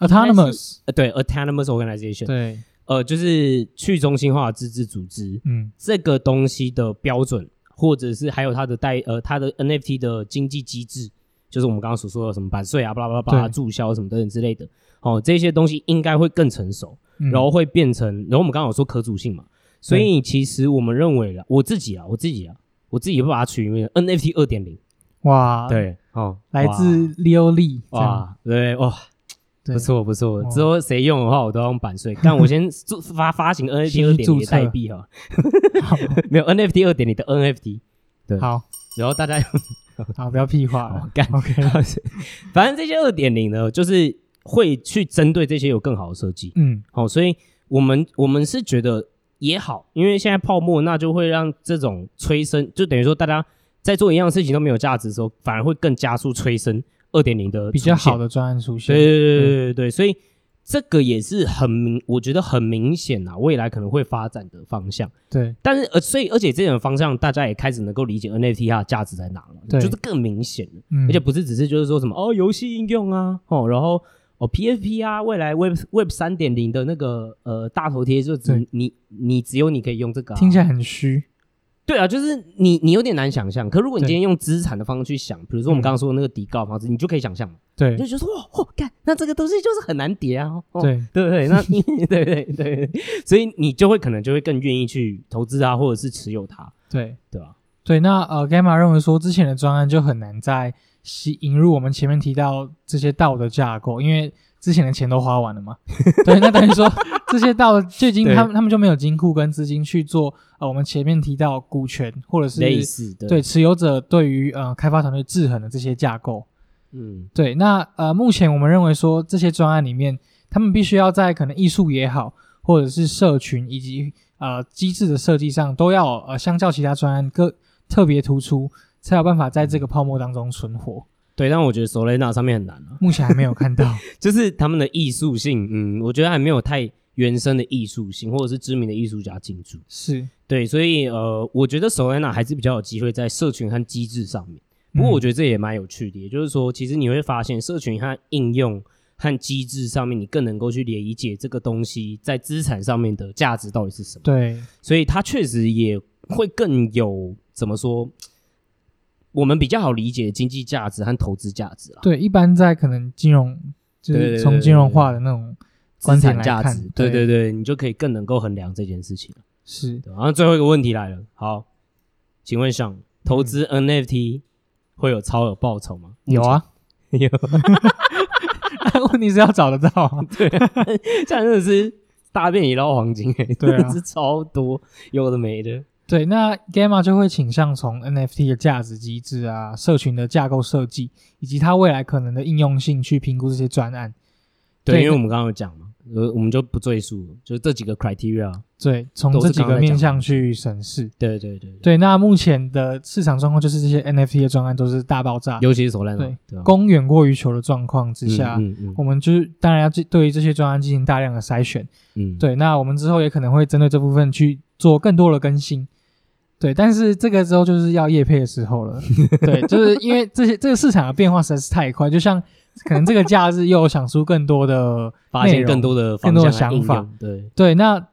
[SPEAKER 2] autonomous。
[SPEAKER 1] 呃，对，autonomous organization，
[SPEAKER 2] 对，
[SPEAKER 1] 呃，就是去中心化的自治组织
[SPEAKER 2] 嗯，
[SPEAKER 1] 这个东西的标准，或者是还有它的代呃它的 NFT 的经济机制，就是我们刚刚所说的什么版税啊、巴拉巴拉巴拉、
[SPEAKER 2] 对
[SPEAKER 1] 注销什么等等之类的，哦，这些东西应该会更成熟，
[SPEAKER 2] 嗯
[SPEAKER 1] 然后会变成，然后我们刚刚有说可组性嘛，所以其实我们认为啦，我自己啊，我自己啊，我自己会把它取名为 NFT 二点零。
[SPEAKER 2] 哇，，
[SPEAKER 1] 对，哦，
[SPEAKER 2] 来自溜利，这样
[SPEAKER 1] 哇，对哇，
[SPEAKER 2] 对
[SPEAKER 1] 不错不错。
[SPEAKER 2] 哦
[SPEAKER 1] 之后谁用的话，我都要用版税。但我先注发发行 NFT 二
[SPEAKER 2] 先去
[SPEAKER 1] 点零
[SPEAKER 2] 注
[SPEAKER 1] 的
[SPEAKER 2] 册
[SPEAKER 1] 代币哈， [LAUGHS] 没有 NFT 二点零的 NFT，
[SPEAKER 2] 好
[SPEAKER 1] 然后大
[SPEAKER 2] [LAUGHS]
[SPEAKER 1] 家
[SPEAKER 2] 好，不要屁话
[SPEAKER 1] 好
[SPEAKER 2] 了，
[SPEAKER 1] 干
[SPEAKER 2] OK
[SPEAKER 1] [LAUGHS] 反正这些二点零呢，就是会去针对这些有更好的设计。
[SPEAKER 2] 嗯，
[SPEAKER 1] 好、所以我们我们是觉得也好，因为现在泡沫，那就会让这种催生，就等于说大家在做一样事情都没有价值的时候，反而会更加速催生二点零的
[SPEAKER 2] 比较好
[SPEAKER 1] 的。
[SPEAKER 2] 的专案出现，
[SPEAKER 1] 对对对对对对，所以这个也是很明，我觉得很明显啊，未来可能会发展的方向。
[SPEAKER 2] 对
[SPEAKER 1] 但是呃，所以而且这种方向，大家也开始能够理解 NFT 它的价值在哪了，
[SPEAKER 2] 对
[SPEAKER 1] 就是更明显了。
[SPEAKER 2] 嗯，
[SPEAKER 1] 而且不是只是就是说什么哦，游戏应用啊，哦，然后哦 PFP 啊，未来 Web Web 三点零的那个呃大头贴，就只
[SPEAKER 2] 对
[SPEAKER 1] 你你只有你可以用这个、啊，
[SPEAKER 2] 听起来很虚，
[SPEAKER 1] 对啊，就是你你有点难想象。可如果你
[SPEAKER 2] 对
[SPEAKER 1] 今天用资产的方式去想，比如说我们
[SPEAKER 2] 嗯
[SPEAKER 1] 刚刚说的那个底稿方式，你就可以想象嘛，
[SPEAKER 2] 对
[SPEAKER 1] 你就觉得说哇，哦，干，那这个东西就是很难叠啊，哦、
[SPEAKER 2] 对
[SPEAKER 1] 对不对？那你 [LAUGHS] 对对对，所以你就会可能就会更愿意去投资它，或者是持有它，
[SPEAKER 2] 对
[SPEAKER 1] 对吧？
[SPEAKER 2] 对。那呃，Gamma 认为说之前的专案就很难再吸引入我们前面提到这些道的架构，因为之前的钱都花完了嘛。 [LAUGHS] 对，那等于说这些道就已经
[SPEAKER 1] 对
[SPEAKER 2] 他们他们就没有金库跟资金去做呃我们前面提到股权或者是
[SPEAKER 1] 类似的，
[SPEAKER 2] 对，持有者对于呃开发团队制衡的这些架构。
[SPEAKER 1] 嗯，
[SPEAKER 2] 对，那呃，目前我们认为说这些专案里面，他们必须要在可能艺术也好，或者是社群以及呃机制的设计上，都要呃相较其他专案更特别突出，才有办法在这个泡沫当中存活。
[SPEAKER 1] 对。但我觉得索雷纳上面很难啊，
[SPEAKER 2] 目前还没有
[SPEAKER 1] [LAUGHS]
[SPEAKER 2] 看到，
[SPEAKER 1] 就是他们的艺术性，嗯，我觉得还没有太原生的艺术性，或者是知名的艺术家进驻。
[SPEAKER 2] 是。
[SPEAKER 1] 对，所以呃，我觉得索雷纳还是比较有机会在社群和机制上面。不过我觉
[SPEAKER 2] 得，
[SPEAKER 1] 得这也蛮有趣的，也就是说，其实你会发现，社群和应用和机制上面，你更能够去理解这个东西在资产上面的价值到底是什么。
[SPEAKER 2] 对
[SPEAKER 1] 所以它确实也会更有怎么说，我们比较好理解经济价值和投资价值啦，
[SPEAKER 2] 对，一般在可能金融就
[SPEAKER 1] 对对
[SPEAKER 2] 是
[SPEAKER 1] 对
[SPEAKER 2] 从金融化的那种观
[SPEAKER 1] 资
[SPEAKER 2] 点
[SPEAKER 1] 产
[SPEAKER 2] 来
[SPEAKER 1] 价
[SPEAKER 2] 看
[SPEAKER 1] 值，，对对
[SPEAKER 2] 对，
[SPEAKER 1] 对，你就可以更能够衡量这件事情。
[SPEAKER 2] 是
[SPEAKER 1] 对然后最后一个问题来了，好，请问上投资 NFT 会有超额报酬吗？[LAUGHS]
[SPEAKER 2] 嗯有啊。 [LAUGHS]
[SPEAKER 1] 有，
[SPEAKER 2] 问题是要找得到啊，
[SPEAKER 1] 这样真的是大便也捞黄金哎、欸，
[SPEAKER 2] 对啊
[SPEAKER 1] 真的是超多有的没的，
[SPEAKER 2] 对，那 Gamma 就会倾向从 NFT 的价值机制啊、社群的架构设计，以及它未来可能的应用性去评估这些专案。
[SPEAKER 1] 对，
[SPEAKER 2] 对
[SPEAKER 1] 因为我们刚刚有讲嘛，呃，我们就不赘述了，就这几个 criteria，
[SPEAKER 2] 对，从
[SPEAKER 1] 都是
[SPEAKER 2] 这几
[SPEAKER 1] 刚刚在
[SPEAKER 2] 个
[SPEAKER 1] 讲
[SPEAKER 2] 面向去审视。
[SPEAKER 1] 对对对对，
[SPEAKER 2] 对，那目前的市场状况就是这些 NFT 的专案都是大爆炸，
[SPEAKER 1] 尤其是 Solana，
[SPEAKER 2] 对
[SPEAKER 1] 对吧，
[SPEAKER 2] 供远过于求的状况之下，
[SPEAKER 1] 嗯嗯
[SPEAKER 2] 我们就是当然要去对于这些专案进行大量的筛选。
[SPEAKER 1] 嗯，
[SPEAKER 2] 对，那我们之后也可能会针对这部分去做更多的更新。对，但是这个之后就是要业配的时候了。对，就是因为这些这个市场的变化实在是太快，就像可能这个假日又有想出更多的
[SPEAKER 1] [LAUGHS] 发
[SPEAKER 2] 内
[SPEAKER 1] 现
[SPEAKER 2] 容
[SPEAKER 1] 更多的方
[SPEAKER 2] 更多的
[SPEAKER 1] 向和应
[SPEAKER 2] 想法
[SPEAKER 1] 用，对
[SPEAKER 2] 对，那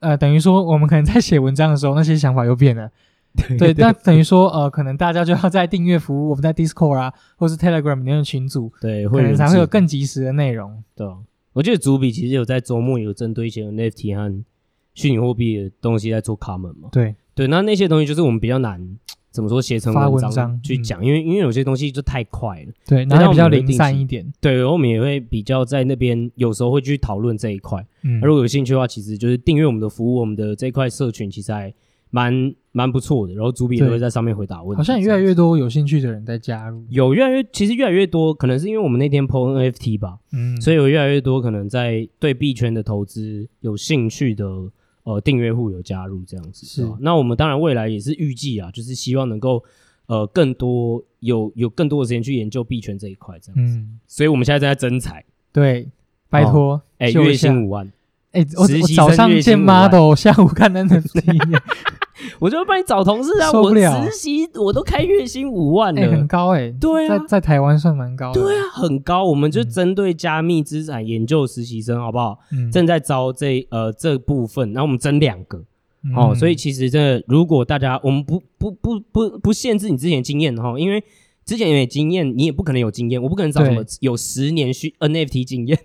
[SPEAKER 2] 呃等于说我们可能在写文章的时候，那些想法又变了。 [LAUGHS] 对，那等于说呃，可能大家就要在订阅服务，我们在 Discord 啊，或是 Telegram 里面的群组，
[SPEAKER 1] 对，
[SPEAKER 2] 可
[SPEAKER 1] 会
[SPEAKER 2] 能才会有更及时的内容。
[SPEAKER 1] 对啊，我记得主笔其实有在周末有针对一些 NFT 和虚拟货币的东西在做 comment 嘛。
[SPEAKER 2] 对，
[SPEAKER 1] 对，那那些东西就是我们比较难怎么说写成
[SPEAKER 2] 发文
[SPEAKER 1] 章
[SPEAKER 2] 章嗯
[SPEAKER 1] 去讲，因为因为有些东西就太快了。
[SPEAKER 2] 对，
[SPEAKER 1] 那
[SPEAKER 2] 然后
[SPEAKER 1] 我
[SPEAKER 2] 比较
[SPEAKER 1] 们会
[SPEAKER 2] 零
[SPEAKER 1] 定
[SPEAKER 2] 散
[SPEAKER 1] 期
[SPEAKER 2] 一点。
[SPEAKER 1] 对，然后我们也会比较在那边有时候会去讨论这一块。
[SPEAKER 2] 嗯
[SPEAKER 1] 那，如果有兴趣的话，其实就是订阅我们的服务，我们的这一块社群其实还蛮蛮不错的。然后主笔也
[SPEAKER 2] 对
[SPEAKER 1] 都会在上面回答问题，
[SPEAKER 2] 好像也越来越多有兴趣的人在加入。
[SPEAKER 1] 有越来越，其实越来越多，可能是因为我们那天 PO NFT 吧，
[SPEAKER 2] 嗯，
[SPEAKER 1] 所以有越来越多可能在对币圈的投资有兴趣的呃订阅户有加入这样子。
[SPEAKER 2] 是
[SPEAKER 1] 对吧那我们当然未来也是预计啊，就是希望能够呃更多有有更多的时间去研究币圈这一块这样。
[SPEAKER 2] 嗯，
[SPEAKER 1] 所以我们现在正在征才，
[SPEAKER 2] 对，拜托，
[SPEAKER 1] 哎、
[SPEAKER 2] 秀一
[SPEAKER 1] 月
[SPEAKER 2] 下
[SPEAKER 1] 薪五万，
[SPEAKER 2] 哎，我
[SPEAKER 1] 实
[SPEAKER 2] 我
[SPEAKER 1] 习
[SPEAKER 2] 早
[SPEAKER 1] 生
[SPEAKER 2] 上
[SPEAKER 1] 月薪
[SPEAKER 2] 见
[SPEAKER 1] 五万啊
[SPEAKER 2] model，下午看
[SPEAKER 1] [LAUGHS]
[SPEAKER 2] NFT，
[SPEAKER 1] 我就帮你找同事啊，
[SPEAKER 2] 受不
[SPEAKER 1] 我
[SPEAKER 2] 了
[SPEAKER 1] 实习我都开月薪五万
[SPEAKER 2] [LAUGHS] 哎，
[SPEAKER 1] 了
[SPEAKER 2] 很。高哎，
[SPEAKER 1] 对啊
[SPEAKER 2] 在在台湾算蛮高的，
[SPEAKER 1] 对啊，很高，我们就
[SPEAKER 2] 嗯
[SPEAKER 1] 针对加密资产研究实习生，好不好？
[SPEAKER 2] 嗯，
[SPEAKER 1] 正在招这呃这部分，然后我们征两个，
[SPEAKER 2] 嗯
[SPEAKER 1] 哦，所以其实真的，如果大家我们不不不不不限制你之前的经验哈，因为之前有经验，你也不可能有经验，我不可能找什么有十年需 NFT 经
[SPEAKER 2] [LAUGHS]
[SPEAKER 1] 验，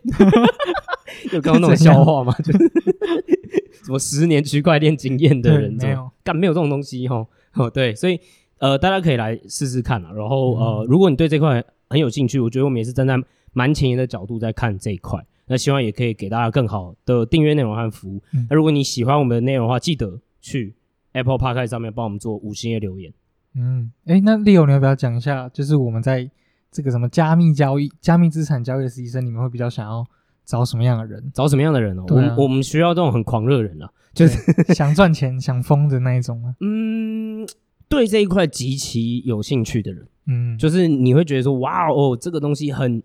[SPEAKER 1] 有刚刚那种笑话吗？就是 [LAUGHS] 什么十年区块链经验的
[SPEAKER 2] 对
[SPEAKER 1] 人，
[SPEAKER 2] 没有，
[SPEAKER 1] 干没有这种东西哈， [LAUGHS] 哦，对，所以呃，大家可以来试试看啊。然
[SPEAKER 2] 嗯
[SPEAKER 1] 后呃，如果你对这块很有兴趣，我觉得我们也是站在蛮前沿的角度在看这一块。那希望也可以给大家更好的订阅内容和服务。
[SPEAKER 2] 嗯
[SPEAKER 1] 那如果你喜欢我们的内容的话，记得去 Apple Park 上面帮我们做五星的留言。
[SPEAKER 2] 嗯，哎，那 Leo，你要不要讲一下，就是我们在这个什么加密交易、加密资产交易的实习生，你们会比较想要找什么样的人？
[SPEAKER 1] 找什么样的人哦？我
[SPEAKER 2] 对啊
[SPEAKER 1] 们我们需要这种很狂热的人啊，就是
[SPEAKER 2] 想赚钱、 [LAUGHS] 想疯的那一种吗？
[SPEAKER 1] 嗯，对这一块极其有兴趣的人，
[SPEAKER 2] 嗯，
[SPEAKER 1] 就是你会觉得说，哇哦，这个东西很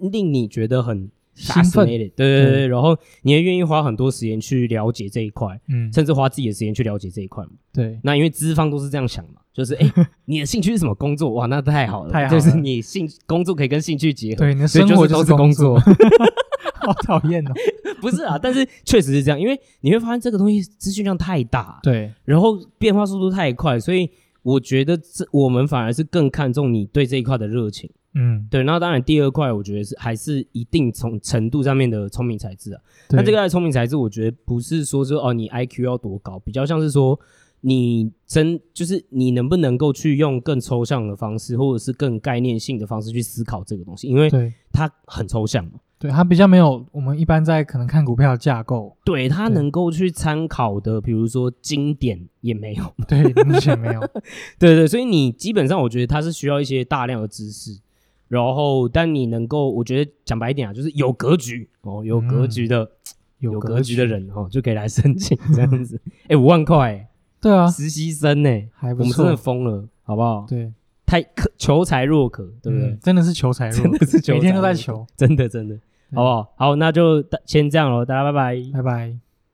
[SPEAKER 1] 令你觉得很
[SPEAKER 2] 兴奋
[SPEAKER 1] fascinated，对对对，然后你也愿意花很多时间去了解这一块，
[SPEAKER 2] 嗯，
[SPEAKER 1] 甚至花自己的时间去了解这一块嘛。
[SPEAKER 2] 对，
[SPEAKER 1] 那因为资方都是这样想嘛，
[SPEAKER 2] [LAUGHS]
[SPEAKER 1] 就是哎，你的兴趣是什么工作？哇，那太好了，
[SPEAKER 2] 太好了
[SPEAKER 1] 就是你兴工作可以跟兴趣结合。
[SPEAKER 2] 对，你的
[SPEAKER 1] 所以
[SPEAKER 2] 生
[SPEAKER 1] 就是
[SPEAKER 2] 活
[SPEAKER 1] 都
[SPEAKER 2] 就是
[SPEAKER 1] 工
[SPEAKER 2] 作 [LAUGHS]
[SPEAKER 1] 作， [LAUGHS]
[SPEAKER 2] 好讨厌哦。
[SPEAKER 1] 不是啊，但 [LAUGHS] 是确实是这样，因为你会发现这个东西资讯量太大，
[SPEAKER 2] 对，
[SPEAKER 1] 然后变化速度太快，所以我觉得这我们反而是更看重你对这一块的热情。
[SPEAKER 2] 嗯，
[SPEAKER 1] 对，那当然第二块，我觉得是还是一定从程度上面的聪明才智啊。
[SPEAKER 2] 对
[SPEAKER 1] 那这个的聪明才智，我觉得不是说是哦你 IQ 要多高，比较像是说你真就是你能不能够去用更抽象的方式，或者是更概念性的方式去思考这个东西，因为
[SPEAKER 2] 对
[SPEAKER 1] 它很抽象嘛。
[SPEAKER 2] 对，它比较没有我们一般在可能看股票的
[SPEAKER 1] [LAUGHS]
[SPEAKER 2] 架构，
[SPEAKER 1] 对，它
[SPEAKER 2] 对
[SPEAKER 1] 能够去参考的，比如说经典也没有。
[SPEAKER 2] 对，目前没有。
[SPEAKER 1] [LAUGHS] 对对，所以你基本上我觉得它是需要一些大量的知识，然后但你能够，我觉得讲白一点啊，就是有格局哦，有格局的、有格局的人哦，就可以来申请这样子。 [LAUGHS] 哎，五万块、
[SPEAKER 2] 对啊，
[SPEAKER 1] 实习生呢、
[SPEAKER 2] 还
[SPEAKER 1] 我
[SPEAKER 2] 不
[SPEAKER 1] 们真的
[SPEAKER 2] 错。
[SPEAKER 1] 疯了，好不好？
[SPEAKER 2] 对，
[SPEAKER 1] 太可求财若渴，对不对？
[SPEAKER 2] 嗯真的是求财
[SPEAKER 1] 真
[SPEAKER 2] 弱，
[SPEAKER 1] 的是求财
[SPEAKER 2] 每天都在
[SPEAKER 1] 若渴
[SPEAKER 2] 求。
[SPEAKER 1] 真的真的，
[SPEAKER 2] 对
[SPEAKER 1] 好不好？好，那就先这样喽，大家拜拜。
[SPEAKER 2] 拜拜。